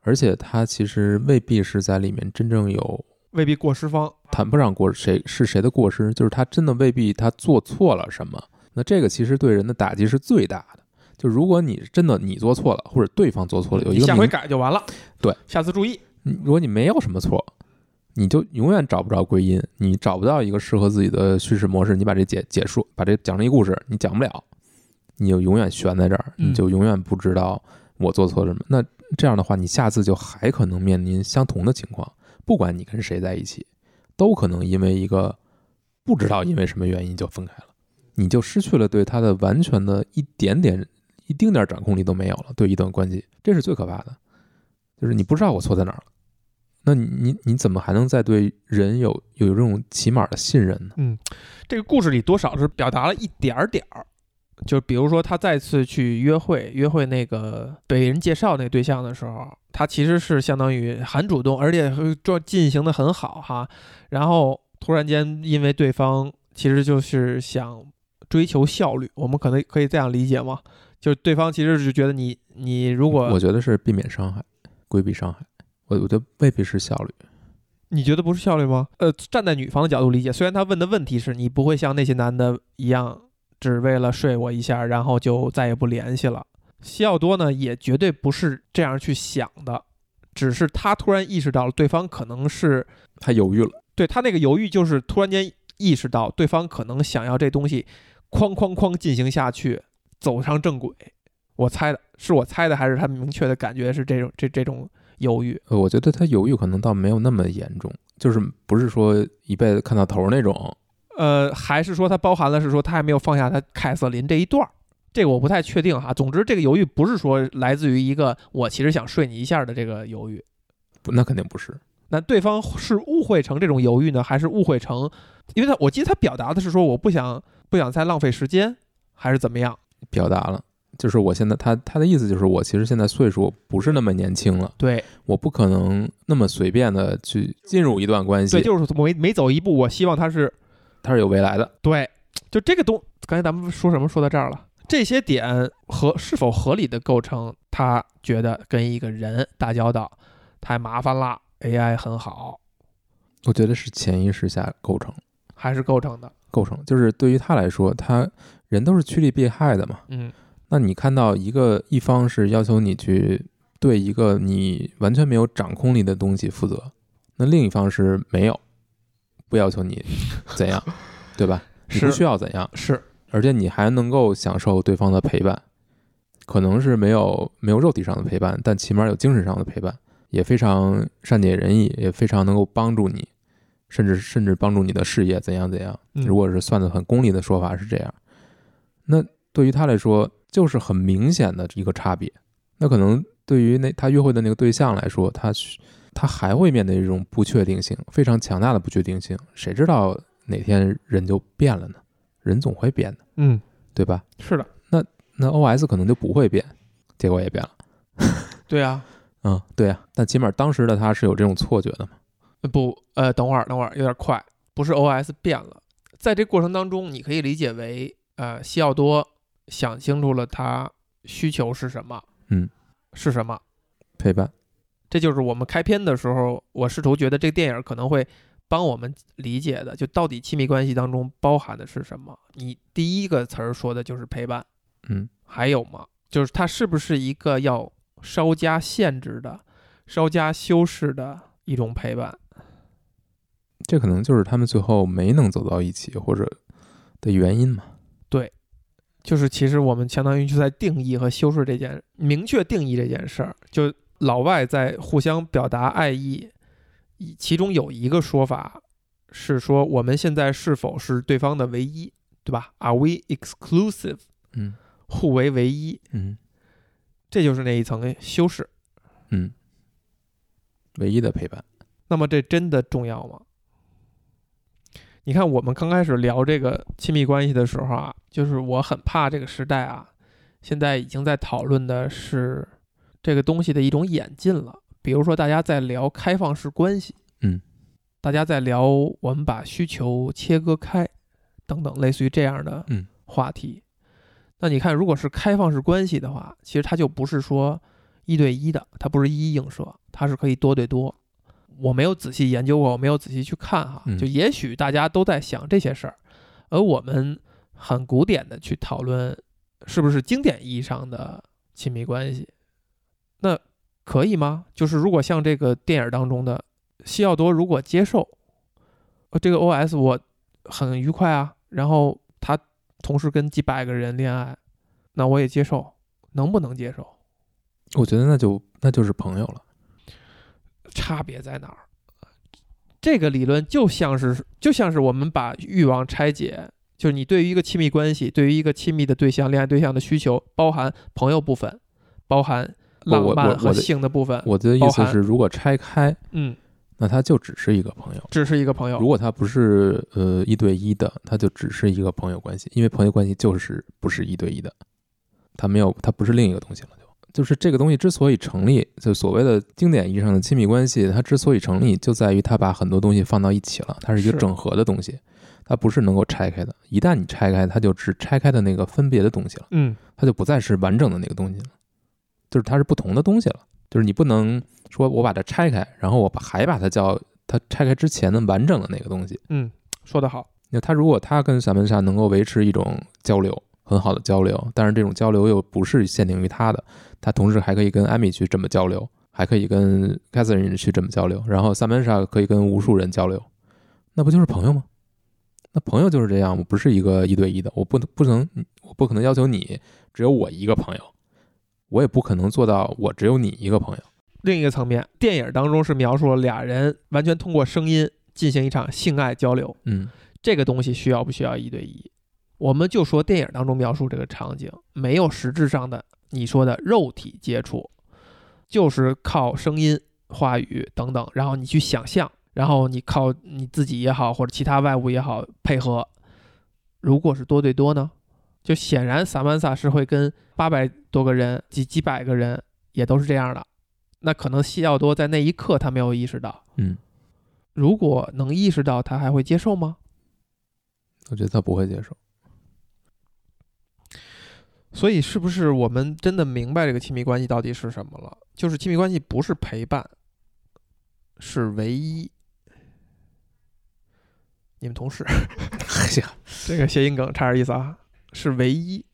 而且他其实未必是在里面真正有，
未必过失方。
谈不上过谁是谁的过失，就是他真的未必他做错了什么。那这个其实对人的打击是最大的。就如果你真的你做错了，或者对方做错了，有一
你
个
下
明
回改就完了。
对，
下次注意。
你如果你没有什么错，你就永远找不着归因，你找不到一个适合自己的叙事模式，你把这解解述，把这讲成一故事，你讲不了，你就永远悬在这儿，
嗯
你就永远不知道我做错了什么。那这样的话，你下次就还可能面临相同的情况，不管你跟谁在一起，都可能因为一个不知道因为什么原因就分开了，你就失去了对他的完全的一点点、一丁点儿掌控力都没有了，对一段关系，这是最可怕的，就是你不知道我错在哪儿了。那你你你怎么还能再对人有有这种起码的信任呢？
这个故事里多少是表达了一点儿点儿，就比如说他再次去约会，约会那个被人介绍那个对象的时候，他其实是相当于很主动，而且呃这进行的很好哈。然后突然间，因为对方其实就是想追求效率，我们可能可以这样理解吗？就是对方其实是觉得你你如果
我觉得是避免伤害，规避伤害。我我觉得未必是效率。
你觉得不是效率吗？呃，站在女方的角度理解，虽然他问的问题是你不会像那些男的一样，只为了睡我一下，然后就再也不联系了。西奥多呢，也绝对不是这样去想的，只是他突然意识到了对方可能是
他犹豫了，
对他那个犹豫，就是突然间意识到对方可能想要这东西，哐哐哐进行下去，走上正轨。我猜的是我猜的，还是他明确的感觉是这种这这种犹豫？
呃，我觉得他犹豫可能倒没有那么严重，就是不是说一辈子看到头那种。
呃，还是说它包含了是说他还没有放下他凯瑟琳这一段儿，这个我不太确定哈。总之，这个犹豫不是说来自于一个我其实想睡你一下的这个犹豫，
不，那肯定不是。
那对方是误会成这种犹豫呢，还是误会成？因为他我记得他表达的是说我不想不想再浪费时间，还是怎么样？
表达了，就是我现在他他的意思就是我其实现在岁数不是那么年轻了，
对
我不可能那么随便的去进入一段关系
对，，就是每每走一步，我希望他是
他是有未来的。
对，就这个东，刚才咱们说什么说到这儿了？这些点合是否合理的构成，他觉得跟一个人打交道太麻烦了，AI 很好，
我觉得是潜意识下构成。
还是构成的。
构成，就是对于他来说，他人都是趋利避害的嘛。
嗯，
那你看到一个一方是要求你去对一个你完全没有掌控力的东西负责，那另一方是没有，不要求你 怎样，对吧？你不
是
需要怎样，
是，
而且你还能够享受对方的陪伴，可能是没有没有肉体上的陪伴，但起码有精神上的陪伴，也非常善解人意，也非常能够帮助你，甚至甚至帮助你的事业怎样怎样。
嗯
如果是算的很功利的说法是这样，那对于他来说就是很明显的一个差别。那可能对于那他约会的那个对象来说，他需他还会面对一种不确定性，非常强大的不确定性。谁知道哪天人就变了呢？人总会变的，
嗯，
对吧？
是的，
那 OS 可能就不会变，结果也变了。
对啊。
嗯，对啊，但起码当时的他是有这种错觉的嘛。
呃不，呃，等会儿，等会儿，有点快，不是 OS 变了，在这过程当中，你可以理解为，呃，西奥多想清楚了他需求是什么，
嗯，
是什么，
陪伴，
这就是我们开篇的时候，我试图觉得这个电影可能会帮我们理解的，就到底亲密关系当中包含的是什么。你第一个词儿说的就是陪伴，
嗯，
还有吗？就是它是不是一个要稍加限制的、稍加修饰的一种陪伴。
这可能就是他们最后没能走到一起或者的原因嘛。
就是其实我们相当于就在定义和修饰这件，明确定义这件事儿。就老外在互相表达爱意，以其中有一个说法是说我们现在是否是对方的唯一，对吧？Are we exclusive？
嗯
互为唯一，
嗯
这就是那一层修饰。
嗯，唯一的陪伴。
那么这真的重要吗？你看，我们刚开始聊这个亲密关系的时候啊，就是我很怕这个时代啊，现在已经在讨论的是这个东西的一种演进了。比如说，大家在聊开放式关系，
嗯，
大家在聊我们把需求切割开，等等，类似于这样的
嗯
话题。那你看，如果是开放式关系的话，其实它就不是说一对一的，它不是一一映射，它是可以多对多。我没有仔细研究过，我没有仔细去看哈，
嗯
就也许大家都在想这些事儿，而我们很古典的去讨论是不是经典意义上的亲密关系，那可以吗？就是如果像这个电影当中的西奥多，如果接受呃这个 OS，我很愉快啊，然后他同时跟几百个人恋爱，那我也接受，能不能接受？
我觉得那就那就是朋友了。
差别在哪儿？这个理论就像是就像是我们把欲望拆解，就是你对于一个亲密关系，对于一个亲密的对象、恋爱对象的需求，包含朋友部分，包含浪
我我
漫
我
和
的
性的部分，
我的意
包
思
含
是，如果拆开，
嗯，
那他就只是一个朋友。
只是一个朋友
如。果他不是呃一对一的，他就只是一个朋友关系，因为朋友关系就是不是一对一的，他没有，他不是另一个东西了就。就是这个东西之所以成立，就所谓的经典意义上的亲密关系，它之所以成立，就在于它把很多东西放到一起了，它是一个
是
整合的东西，它不是能够拆开的。一旦你拆开，它就只拆开的那个分别的东西了，
嗯，
它就不再是完整的那个东西了，就是它是不同的东西了。就是你不能说我把它拆开，然后我把还把它叫它拆开之前的完整的那个东西，
嗯说得好，
那他如果他跟萨曼莎能够维持一种交流，很好的交流，但是这种交流又不是限定于他的，他同时还可以跟艾米去这么交流，还可以跟 Catherine 去这么交流，然后萨曼莎可以跟无数人交流，那不就是朋友吗？那朋友就是这样，我不是一个一对一的，我不不能，我不可能要求你只有我一个朋友，我也不可能做到我只有你一个朋友。
另一个层面，电影当中是描述了俩人完全通过声音进行一场性爱交流，
嗯
这个东西需要不需要一对一？我们就说电影当中描述这个场景，没有实质上的你说的肉体接触，就是靠声音、话语等等，然后你去想象，然后你靠你自己也好，或者其他外物也好配合。如果是多对多呢，就显然萨曼萨是会跟八百多个人、几几百个人也都是这样的。那可能西奥多在那一刻他没有意识到，
嗯，
如果能意识到，他还会接受吗？
我觉得他不会接受。
所以，是不是我们真的明白这个亲密关系到底是什么了？就是亲密关系不是陪伴，是唯一。你们同事
哎呀，
这个谐音梗差点意思啊，是唯一。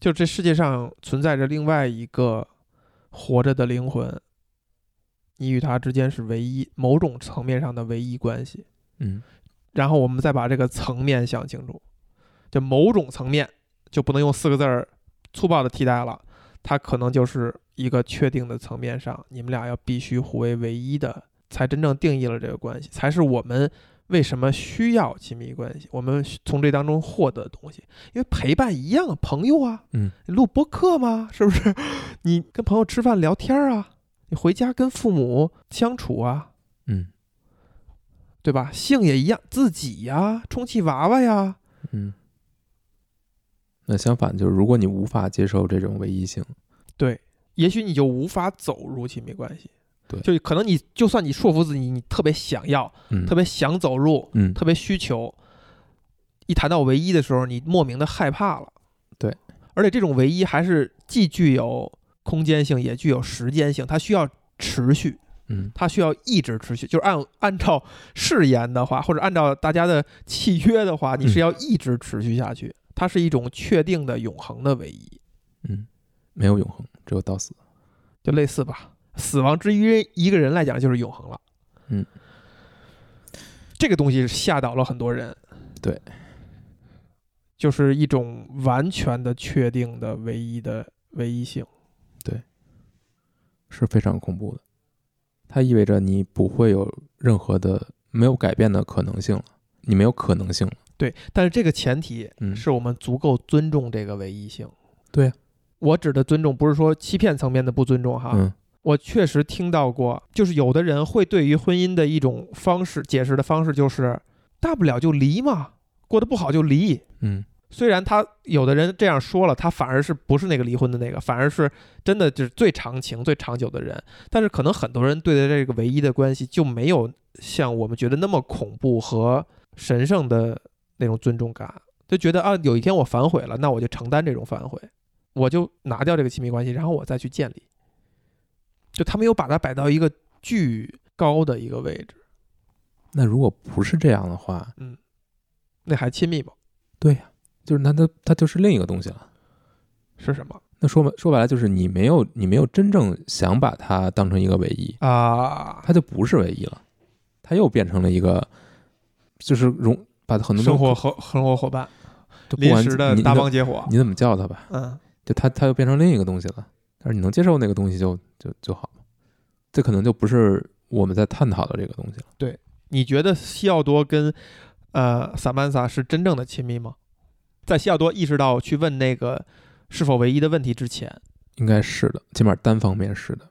就这世界上存在着另外一个活着的灵魂，你与他之间是唯一，某种层面上的唯一关系。
嗯
然后我们再把这个层面想清楚，就某种层面就不能用四个字儿粗暴的替代了，它可能就是一个确定的层面上，你们俩要必须互为唯一的，才真正定义了这个关系，才是我们为什么需要亲密关系，我们需从这当中获得的东西，因为陪伴一样，朋友啊，
嗯，
你录播客吗？是不是？你跟朋友吃饭聊天啊，你回家跟父母相处啊，
嗯
对吧？性也一样，自己呀、充气娃娃呀，
嗯，那相反就是，如果你无法接受这种唯一性，
也许你就无法走入亲密关系。
对
就可能你就算你说服自己，你特别想要，
嗯，
特别想走入，
嗯，
特别需求，一谈到唯一的时候，你莫名的害怕了。
对，
而且这种唯一还是既具有空间性，也具有时间性，它需要持续。
嗯
它需要一直持续，就是按按照誓言的话，或者按照大家的契约的
嗯
话，你是要一直持续下去。它是一种确定的、永恒的唯一。
嗯，没有永恒，只有到死。
就类似吧。死亡之于一个人来讲就是永恒了。
嗯，
这个东西吓倒了很多人。
对，
就是一种完全的确定的唯一的唯一性。
是非常恐怖的。它意味着你不会有任何的没有改变的可能性了，你没有可能性了。
对，但是这个前提
嗯，
是我们足够尊重这个唯一性。
对啊
我指的尊重不是说欺骗层面的不尊重哈，
嗯
我确实听到过，就是有的人会对于婚姻的一种方式解释的方式就是，大不了就离嘛，过得不好就离。
嗯，
虽然他有的人这样说了，他反而是不是那个离婚的那个，反而是真的就是最长情、最长久的人。但是可能很多人对待这个唯一的关系就没有像我们觉得那么恐怖和神圣的那种尊重感，就觉得啊，有一天我反悔了，那我就承担这种反悔，我就拿掉这个亲密关系，然后我再去建立。就他没有把它摆到一个巨高的一个位置，
那如果不是这样的话，
那还亲密吗？
就是那它它就是另一个东西了。
是什么
那说白说白了，就是你没有你没有真正想把它当成一个唯一，
啊？
它就不是唯一了，它又变成了一个，就是融把很多
生活伙生活伙伴，
都不
临
管
时的
你
搭
你
帮结伙
怎，你怎么叫它吧，
嗯，
就它它又变成另一个东西了。但是你能接受那个东西就就就好了，这可能就不是我们在探讨的这个东西了。
你觉得西奥多跟呃萨曼萨是真正的亲密吗？在西奥多意识到去问那个是否唯一的问题之前，
应该是的，起码单方面是的。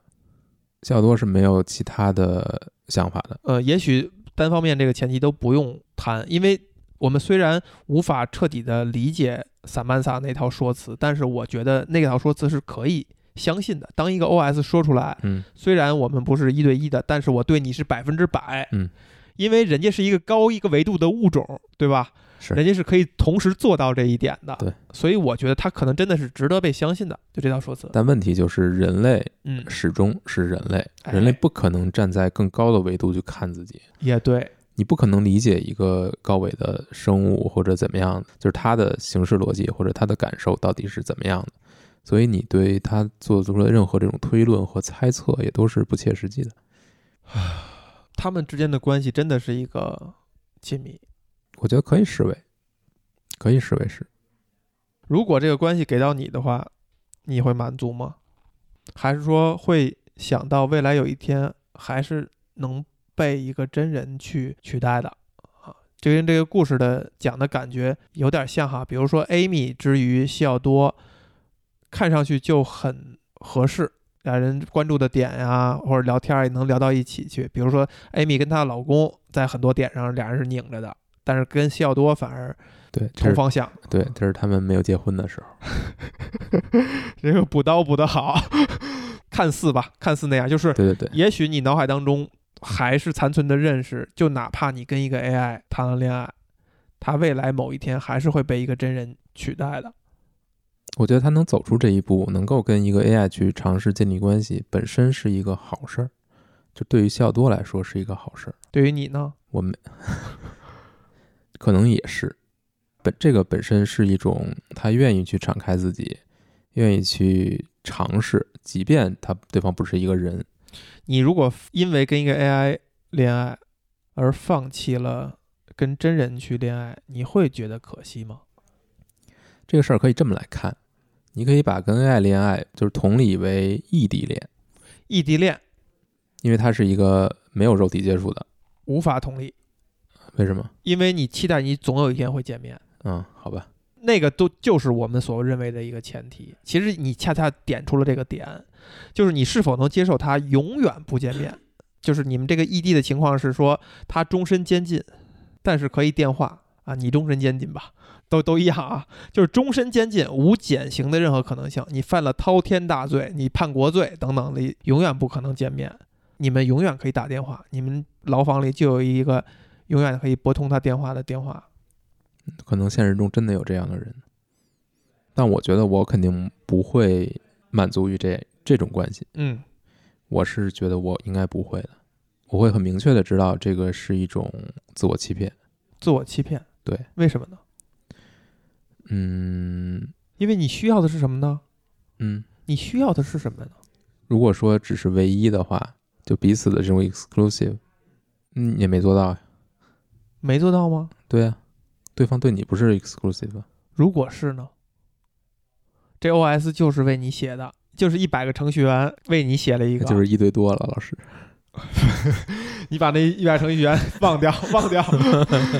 小多是没有其他的想法的，
呃，也许单方面这个前提都不用谈，因为我们虽然无法彻底的理解萨曼萨那套说辞，但是我觉得那套说辞是可以相信的。当一个 OS 说出来，
嗯，
虽然我们不是一对一的，但是我对你是百分之百，
嗯，
因为人家是一个高一个维度的物种，对吧？
是
人家是可以同时做到这一点的，
对，
所以我觉得他可能真的是值得被相信的，就这套说辞，
但问题就是人类
嗯，
始终是人类，
哎
人类不可能站在更高的维度去看自己，
也哎对，
你不可能理解一个高维的生物或者怎么样，就是它的形式逻辑或者它的感受到底是怎么样的，所以你对它做出的任何这种推论和猜测也都是不切实际的。
他们之间的关系真的是一个亲密。
我觉得可以视为，可以视为是。
如果这个关系给到你的话，你会满足吗？还是说会想到未来有一天还是能被一个真人去取代的啊？这跟这个故事的讲的感觉有点像哈，比如说 Amy 之于西奥多，看上去就很合适，俩人关注的点呀、或者聊天儿也能聊到一起去。比如说 Amy 跟她老公在很多点上俩人是拧着的，但是跟西奥多反而
对，这
同
是
方向。
对，这是他们没有结婚的时候。
这个补刀补得好， 看似吧，看似那样，就是
对对对，
也许你脑海当中还是残存的认识，就哪怕你跟一个 AI 谈了恋爱，它未来某一天还是会被一个真人取代的。
我觉得他能走出这一步，能够跟一个 AI 去尝试建立关系，本身是一个好事儿，就对于西奥多来说是一个好事儿。
对于你呢？
我们可能也是，本这个本身是一种他愿意去敞开自己，愿意去尝试，即便他对方不是一个人，
你如果因为跟一个 AI 恋爱而放弃了跟真人去恋爱，你会觉得可惜吗？
这个事儿可以这么来看，你可以把跟 AI 恋爱就是同理为异地恋，
异地恋
因为它是一个没有肉体接触的。
无法同理，
为什么？
因为你期待你总有一天会见面。
嗯，好吧，
那个都就是我们所认为的一个前提。其实你恰恰点出了这个点，就是你是否能接受他永远不见面。 就是你们这个异地的情况是说他终身监禁，但是可以电话啊，你终身监禁吧， 都都一样啊，就是终身监禁无减刑的任何可能性。你犯了滔天大罪，你叛国罪等等的，永远不可能见面。你们永远可以打电话，你们牢房里就有一个永远可以拨通他电话的电话。
可能现实中真的有这样的人，但我觉得我肯定不会满足于这这种关系。
嗯，
我是觉得我应该不会的，我会很明确的知道这个是一种自我欺骗。
自我欺骗。
对，
为什么呢？
嗯
因为你需要的是什么呢？
嗯，
你需要的是什么呢？
如果说只是唯一的话，就彼此的这种 exclusive，嗯，也没做到呀。
没做到吗？
对啊，对方对你不是 exclusive，啊
如果是呢？这 OS 就是为你写的，就是一百个程序员为你写了一个，
就是一对多了，老师。
你把那一百程序 员忘掉，忘掉，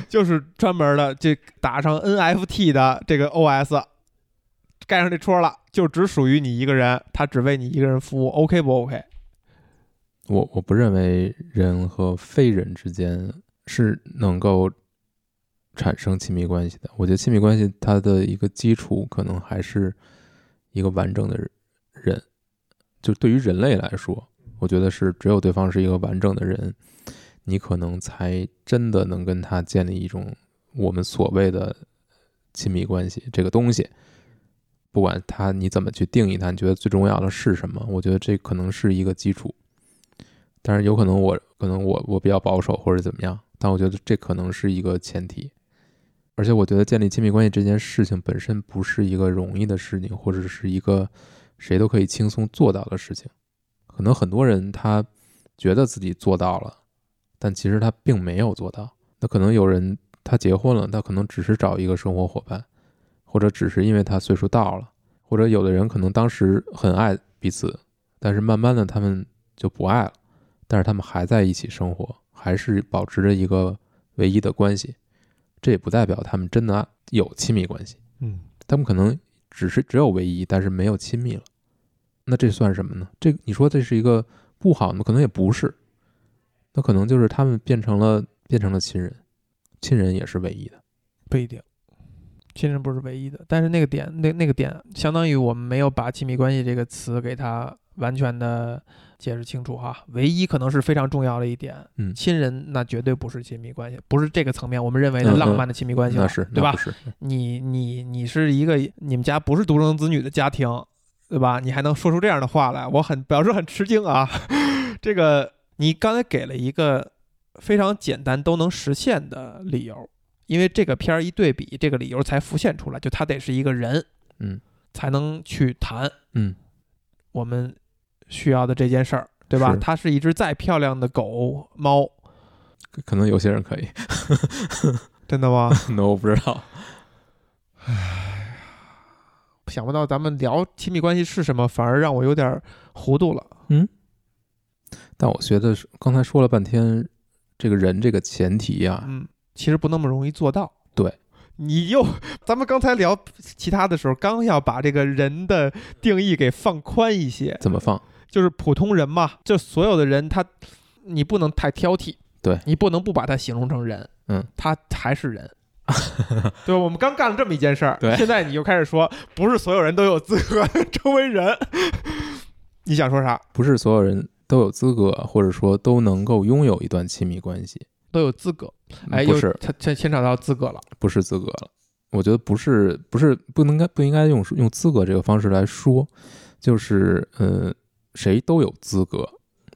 就是专门的这打上 NFT 的这个 OS，盖上这戳了，就只属于你一个人，他只为你一个人服务，OK 不 OK？
我我不认为人和非人之间是能够产生亲密关系的。我觉得亲密关系它的一个基础可能还是一个完整的人，就对于人类来说，我觉得是只有对方是一个完整的人，你可能才真的能跟他建立一种我们所谓的亲密关系这个东西。不管他你怎么去定义它，你觉得最重要的是什么？我觉得这可能是一个基础。但是有可能我可能我我比较保守或者怎么样，但我觉得这可能是一个前提。而且我觉得建立亲密关系这件事情本身不是一个容易的事情，或者是一个谁都可以轻松做到的事情。可能很多人他觉得自己做到了，但其实他并没有做到。那可能有人他结婚了，他可能只是找一个生活伙伴，或者只是因为他岁数到了，或者有的人可能当时很爱彼此，但是慢慢的他们就不爱了。但是他们还在一起生活，还是保持着一个唯一的关系。这也不代表他们真的有亲密关系，
嗯，
他们可能只是只有唯一，但是没有亲密了。那这算什么呢？这你说这是一个不好吗？可能也不是，那可能就是他们变成了变成了亲人，亲人也是唯一的。
不一定，亲人不是唯一的，但是那个点，那那个点，相当于我们没有把亲密关系这个词给它完全的解释清楚哈。唯一可能是非常重要的一点，
嗯
亲人那绝对不是亲密关系，不是这个层面我们认为的
嗯嗯
浪漫的亲密关系了，
那是
对
那
吧
不？是
你你你是一个你们家不是独生子女的家庭，对吧？你还能说出这样的话来，我很表示很吃惊啊。 这个你刚才给了一个非常简单都能实现的理由，因为这个片儿一对比，这个理由才浮现出来，就他得是一个人，
嗯，
才能去谈
嗯，
我们需要的这件事儿，对吧
是？
它是一只再漂亮的狗猫，
可可能有些人 可以
真的吗？
，no 我不知道。
想不到咱们聊亲密关系是什么，反而让我有点儿糊涂了。
但我觉得是刚才说了半天，这个人这个前提啊，
嗯，其实不那么容易做到。
对，
你又，咱们刚才聊其他的时候，刚要把这个人的定义给放宽一些，
怎么放？
就是普通人嘛，就所有的人他，你不能太挑剔，
对
你不能不把他形容成人，
嗯，
他还是 人。对吧？我们刚干了这么一件事儿，
对
现在你又开始说，不是所有人都有资格 成为人，你想说啥？
不是所有人都有资格，或者说都能够拥有一段亲密关系。
都有资格，哎，
嗯不
又
是，
他牵牵扯到资格了，
不是资格了。我觉得不是，不是不应该不应该用用资格这个方式来说，就是呃，谁都有资格，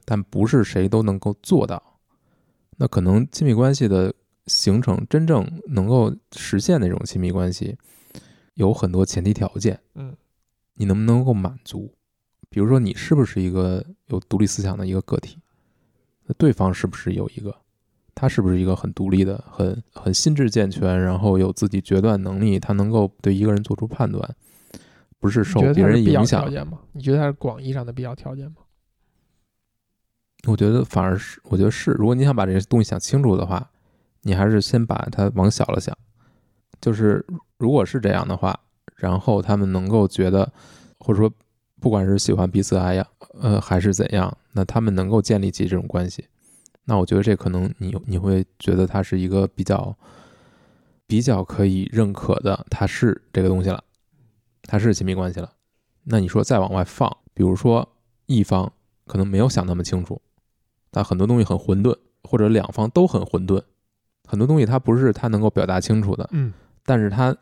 但不是谁都能够做到。那可能亲密关系的形成，真正能够实现那种亲密关系，有很多前提条件。
嗯，
你能不能够满足？比如说，你是不是一个有独立思想的一个个体？那对方是不是有一个？他是不是一个很独立的、很很心智健全，然后有自己决断能力，他能够对一个人做出判断，不是
你
受
觉得
别
他是
人
必要
影
条
响。
件吗？你觉得他是广义上的必要条件吗？
我觉得反而是，我觉得是，如果你想把这个东西想清楚的话，你还是先把它往小了想。就是如果是这样的话，然后他们能够觉得，或者说不管是喜欢彼此爱呀，呃，还是怎样，那他们能够建立起这种关系，那我觉得这可能你你会觉得它是一个比较比较可以认可的，它是这个东西了，它是亲密关系了。那你说再往外放，比如说一方可能没有想那么清楚，但很多东西很混沌，或者两方都很混沌，很多东西它不是他能够表达清楚的，
嗯，
但是他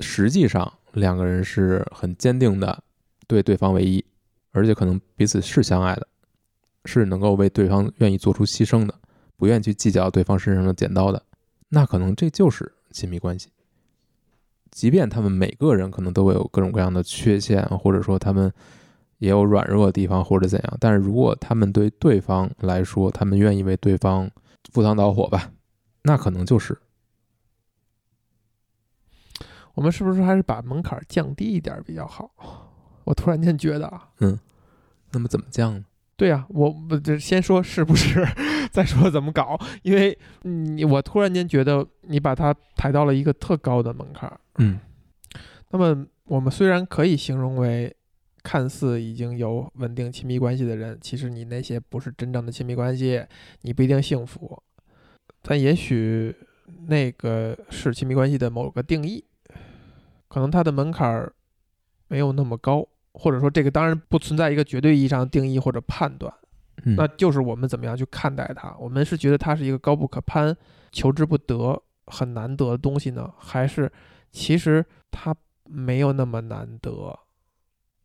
实际上两个人是很坚定的对对方为一，而且可能彼此是相爱的，是能够为对方愿意做出牺牲的，不愿意去计较对方身上的剪刀的，那可能这就是亲密关系。即便他们每个人可能都会有各种各样的缺陷，或者说他们也有软弱的地方或者怎样。但是如果他们对对方来说，他们愿意为对方赴汤蹈火吧，那可能就是
我们是不是还是把门槛降低一点比较好？ 我突然间觉得啊，
那么怎么降呢？
对呀、我我这先说是不是， 再说怎么搞，因为你我突然间觉得你把它抬到了一个特高的门槛儿。
嗯
那么我们虽然可以形容为看似已经有稳定亲密关系的人，其实你那些不是真正的亲密关系，你不一定幸福，但也许那个是亲密关系的某个定义，可能它的门槛儿没有那么高，或者说这个当然不存在一个绝对意义上的定义或者判断。
嗯，
那就是我们怎么样去看待它。我们是觉得它是一个高不可攀、求之不得、很难得的东西呢，还是其实它没有那么难得？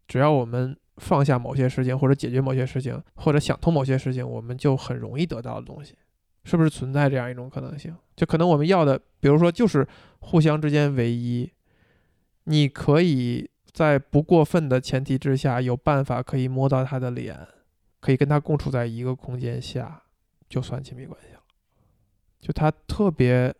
只要我们放下某些事情，或者解决某些事情，或者想通某些事情，我们就很容易得到的东西，是不是存在这样一种可能性？就可能我们要的，比如说就是互相之间唯一，你可以在不过分的前提之下，有办法可以摸到他的脸。可以跟他共处在一个空间下，就算亲密关系了。就他特别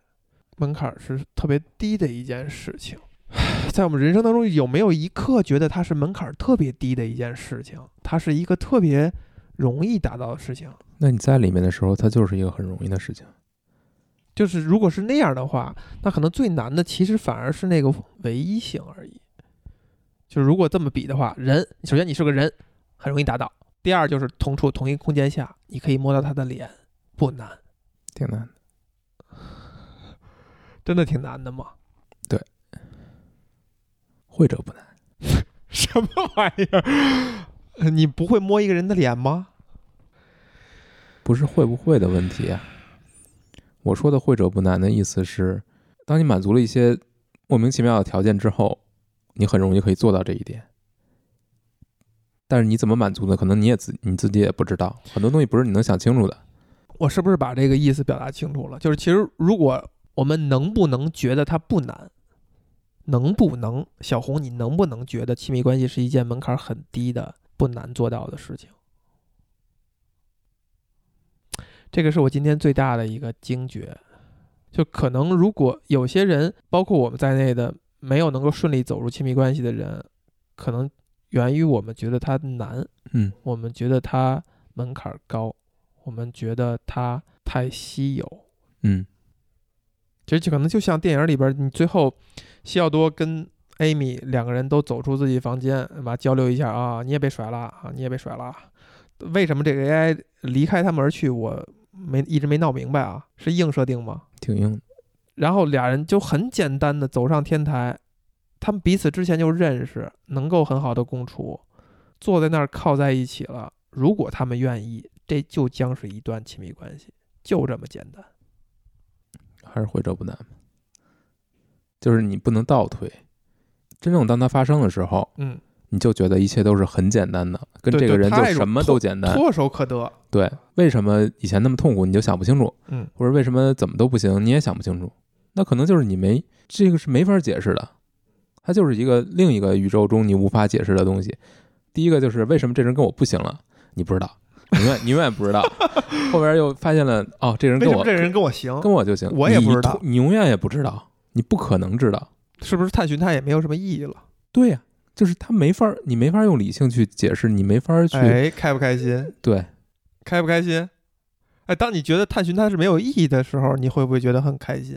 门槛儿是特别低的一件事情。 在我们人生当中，有没有一刻觉得它是门槛儿特别低的一件事情？它是一个特别容易达到的事情。
那你在里面的时候，它就是一个很容易的事情。
就是如果是那样的话，那可能最难的其实反而是那个唯一性而已。就如果这么比的话，人首先你是个人，很容易达到；第二就是同处同一空间下，你可以摸到他的脸，不难，
挺难的。
真的挺难的嘛。
会者不难，
什么玩意儿？ 你不会摸一个人的脸吗？
不是会不会的问题啊。我说的会者不难的意思是，当你满足了一些莫名其妙的条件之后，你很容易可以做到这一点。但是你怎么满足呢？可能你也自你自己也不知道，很多东西不是你能想清楚的。
我是不是把这个意思表达清楚了？就是其实如果我们能不能觉得它不难，能不能小红，你能不能觉得亲密关系是一件门槛很低的、不难做到的事情？这个是我今天最大的一个惊觉，就可能如果有些人，包括我们在内的，没有能够顺利走入亲密关系的人，可能源于我们觉得它难，
嗯，
我们觉得它门槛儿高，我们觉得它太稀有。
嗯，
其实就可能就像电影里边儿，你最后西奥多跟艾米两个人都走出自己房间，嘛交流一下啊，你也被甩了啊，你也被甩了啊。为什么这个 AI 离开他们而去？我没一直没闹明白啊，是硬设定吗？
挺硬的。
然后俩人就很简单的走上天台，他们彼此之前就认识，能够很好的共处，坐在那儿靠在一起了。如果他们愿意，这就将是一段亲密关系，就这么简单。
还是会者不难嘛就是你不能倒退。真正当它发生的时候，
嗯，
你就觉得一切都是很简单的，跟
对
这个
对
人就
太容
什么都简单。
唾手可得。
对，为什么以前那么痛苦，你就想不清楚，
嗯，
或者为什么怎么都不行，你也想不清楚，那可能就是你没这个是没法解释的，它就是一个另一个宇宙中你无法解释的东西。第一个就是为什么这人跟我不行了，你不知道，你永远你永远不知道，后边又发现了哦，这人
为
跟
什么
我
这人跟我行？
跟我就行，
我也不知道
你，你永远也不知道，你不可能知道。
是不是探寻他也没有什么意义了？
对呀、就是他没法儿，你没法儿用理性去解释，你没法儿去、
哎，开不开心？
对，
开不开心？哎，当你觉得探寻它是没有意义的时候，你会不会觉得很开心？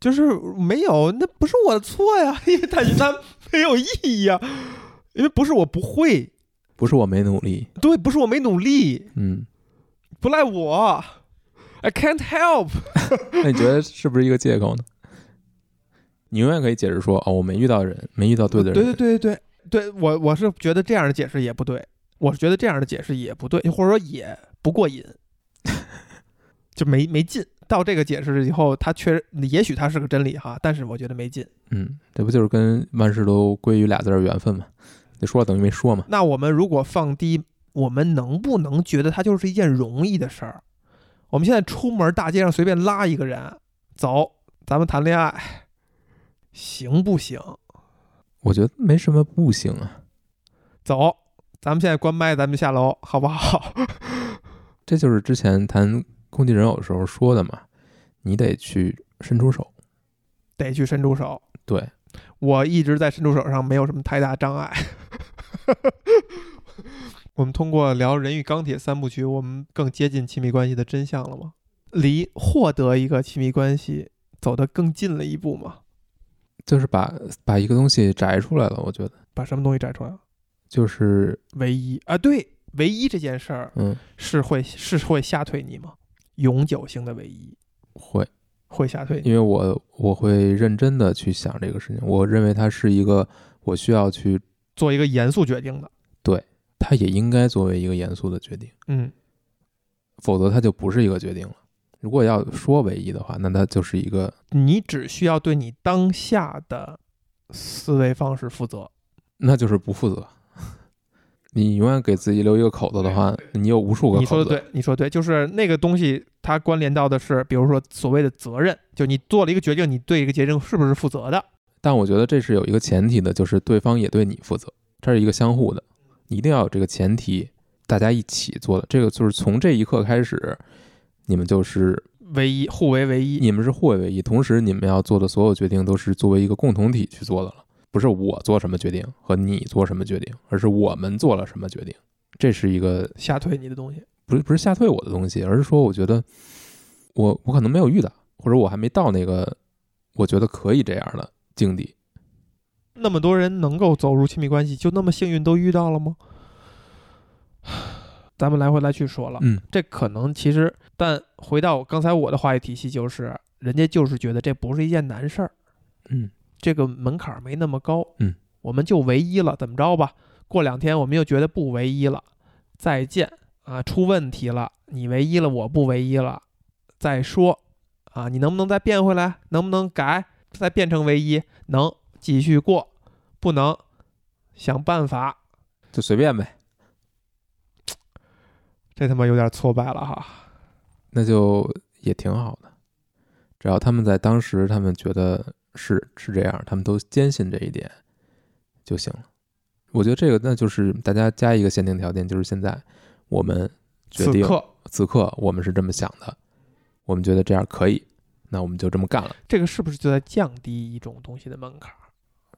就是没有，那不是我的错呀， 因为探寻它没有意义呀，因为不是我不会，
不是我没努力，
对，不是我没努力，
嗯，
不赖我，I can't help。
那你觉得是不是一个借口呢？你永远可以解释说，哦，我没遇到人，没遇到对的人，
啊对对对对对，对我我是觉得这样的解释也不对，我是觉得这样的解释也不对，或者说也不过瘾， 就没没劲。到这个解释以后，它确实，也许它是个真理哈，但是我觉得没劲。
嗯，这不就是跟万事都归于俩字儿缘分嘛？你说了等于没说嘛？
那我们如果放低，我们能不能觉得它就是一件容易的事儿？我们现在出门大街上随便拉一个人，走，咱们谈恋爱，行不行？
我觉得没什么不行啊，
走，咱们现在关麦，咱们下楼好不好？
这就是之前谈攻击人偶的时候说的嘛，你得去伸出手。
得去伸出手。
对，
我一直在伸出手上没有什么太大障碍。 我们通过聊《人与钢铁》三部曲，我们更接近亲密关系的真相了吗？离获得一个亲密关系走得更近了一步吗？
就是把把一个东西摘出来了。我觉得
把什么东西摘出来？
就是
唯一啊，对，唯一这件事儿
嗯，
是会是会吓退你吗？永久性的唯一
会，
会吓退你。
因为我我会认真的去想这个事情。我认为它是一个我需要去，
做一个严肃决定的，
它也应该作为一个严肃的决定，
嗯，
否则它就不是一个决定了。如果要说唯一的话，那它就是一个
你只需要对你当下的思维方式负责，
那就是不负责。你永远给自己留一个口子的话，你有无数个
你
口
说
子。
的对，你说的对，就是那个东西，它关联到的是，比如说所谓的责任，就你做了一个决定，你对这个决定是不是负责的？
但我觉得这是有一个前提的，就是对方也对你负责，这是一个相互的，你一定要有这个前提，大家一起做的。这个就是从这一刻开始，你们就是
唯一互为唯一，
你们是互为唯一，同时你们要做的所有决定都是作为一个共同体去做的了，不是我做什么决定和你做什么决定，而是我们做了什么决定。这是一个
吓退你的东西。
不是不是吓退我的东西，而是说我觉得我我可能没有遇到，或者我还没到那个我觉得可以这样的境地。
那么多人能够走入亲密关系，就那么幸运都遇到了吗？ 咱们来回来去说了，
嗯，
这可能其实，但回到刚才我的话语体系，就是人家就是觉得这不是一件难事儿，
嗯，
这个门槛儿没那么高，
嗯，
我们就唯一了，怎么着吧？过两天我们又觉得不唯一了，再见啊，出问题了，你唯一了，我不唯一了，再说啊，你能不能再变回来？能不能改？再变成唯一？能继续过？不能，想办法。
就随便呗。
这他妈有点挫败了哈。
那就也挺好的。只要他们在当时，他们觉得是是这样，他们都坚信这一点就行了。我觉得这个那就是大家加一个限定条件，就是现在我们决
此
定
刻
此刻我们是这么想的，我们觉得这样可以，那我们就这么干了。
这个是不是就在降低一种东西的门槛儿？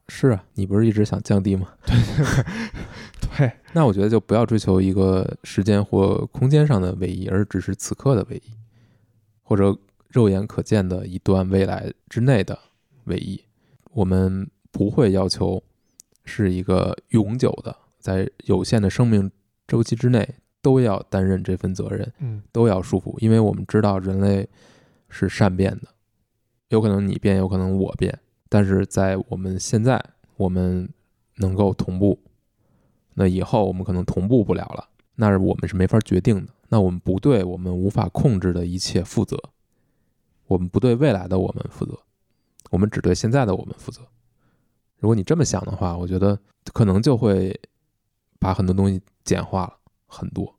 是啊，你不是一直想降低吗？
对，
那我觉得就不要追求一个时间或空间上的唯一，而只是此刻的唯一，或者肉眼可见的一段未来之内的唯一。我们不会要求是一个永久的，在有限的生命周期之内都要担任这份责任，
嗯，
都要束缚，因为我们知道人类是善变的，有可能你变，有可能我变，但是在我们现在，我们能够同步，那以后我们可能同步不了了，那是我们是没法决定的，那我们不对我们无法控制的一切负责，我们不对未来的我们负责，我们只对现在的我们负责。如果你这么想的话，我觉得可能就会把很多东西简化了很多。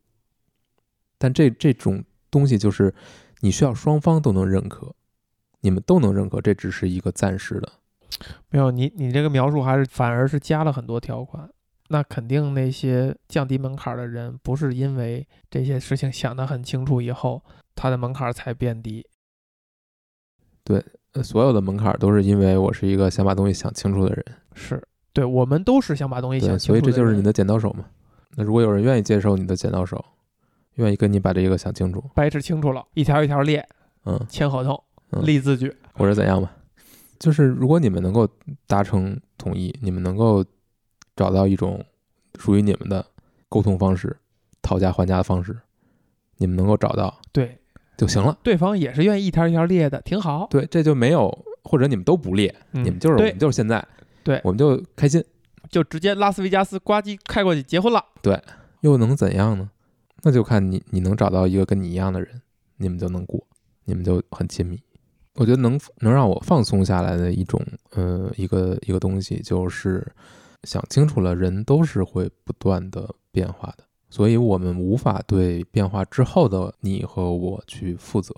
但这这种东西就是你需要双方都能认可，你们都能认可，这只是一个暂时的。
没有你，你这个描述还是反而是加了很多条款。那肯定那些降低门槛儿的人，不是因为这些事情想得很清楚以后，他的门槛儿才变低。
呃所有的门槛都是因为我是一个想把东西想清楚的人，
是对，我们都是想把东西
对，
想清
所以
楚的人，
这就是你的剪刀手嘛。那如果有人愿意接受你的剪刀手，愿意跟你把这个想清楚，
掰扯清楚了，一条一条列，
嗯，
签合同，
嗯
立字据。
或者怎样吧，就是如果你们能够达成统一，你们能够找到一种属于你们的沟通方式、讨价还价的方式，你们能够找到
对，
就行了。
对方也是愿意一条一条列的，挺好。
对，这就没有，或者你们都不列，
嗯
你们就是我
对
们，就是现在，
对
我们就开心，
就直接拉斯维加斯呱唧开过去结婚了。
又能怎样呢？那就看你你能找到一个跟你一样的人，你们就能过，你们就很亲密。我觉得能能让我放松下来的一种呃一个一个东西，就是想清楚了，人都是会不断的变化的，所以我们无法对变化之后的你和我去负责。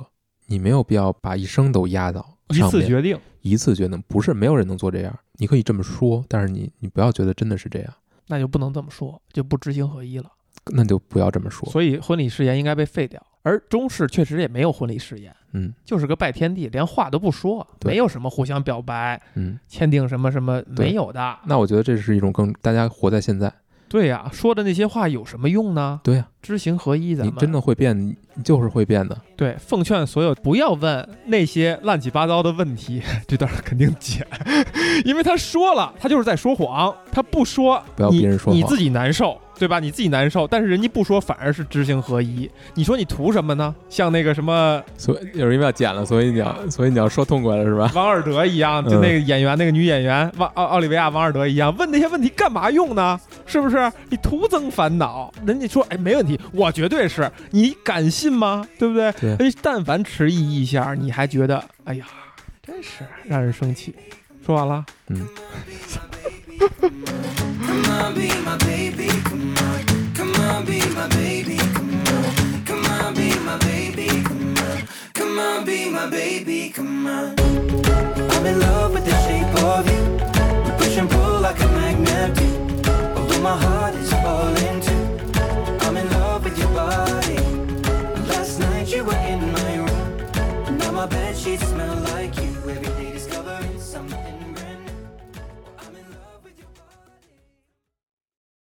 你没有必要把一生都压到
一
上
次
面
决定，
一次决定，不是没有人能做这样。你可以这么说，但是你你不要觉得真的是这样。
那就不能这么说，就不知行合一了。
那就不要这么说。
所以婚礼誓言应该被废掉。而中式确实也没有婚礼誓言，
嗯
就是个拜天地，连话都不说，
对
没有什么互相表白、
嗯，
签订什么什么，
对
没有的。
那我觉得这是一种更大家活在现在。
对呀、说的那些话有什么用呢？
对呀、
知行合一，咱
你
们
真的会变，你就是会变的。
对，奉劝所有不要问那些乱七八糟的问题， 这段肯定剪， 因为他说了，他就是在说谎，他不说，
不要
你
别人说
你
谎
自己难受，对吧？你自己难受，但是人家不说，反而是知行合一。你说你图什么呢？像那个什么
所以有人因为要剪了，所以你要，所以你要说痛快了是吧？
王尔德一样，
嗯
就那个演员，那个女演员王奥奥利维亚王尔德一样，问那些问题干嘛用呢？是不是？你徒增烦恼。人家说，哎，没问题，我绝对是，你敢信吗？对不对？
对
哎，但凡迟疑一下，你还觉得，哎呀，真是让人生气。说完了，
Come on, be my baby, come on. Come on, be my baby, come on. Come on, be my baby, come on. Come on, be my baby, come on. I'm in love with the shape of you. We push and pull like a magnet do. Although my heart is falling too. I'm in love with your body. Last night you were in my room. Now my bed sheets smell like you. Every day discovering something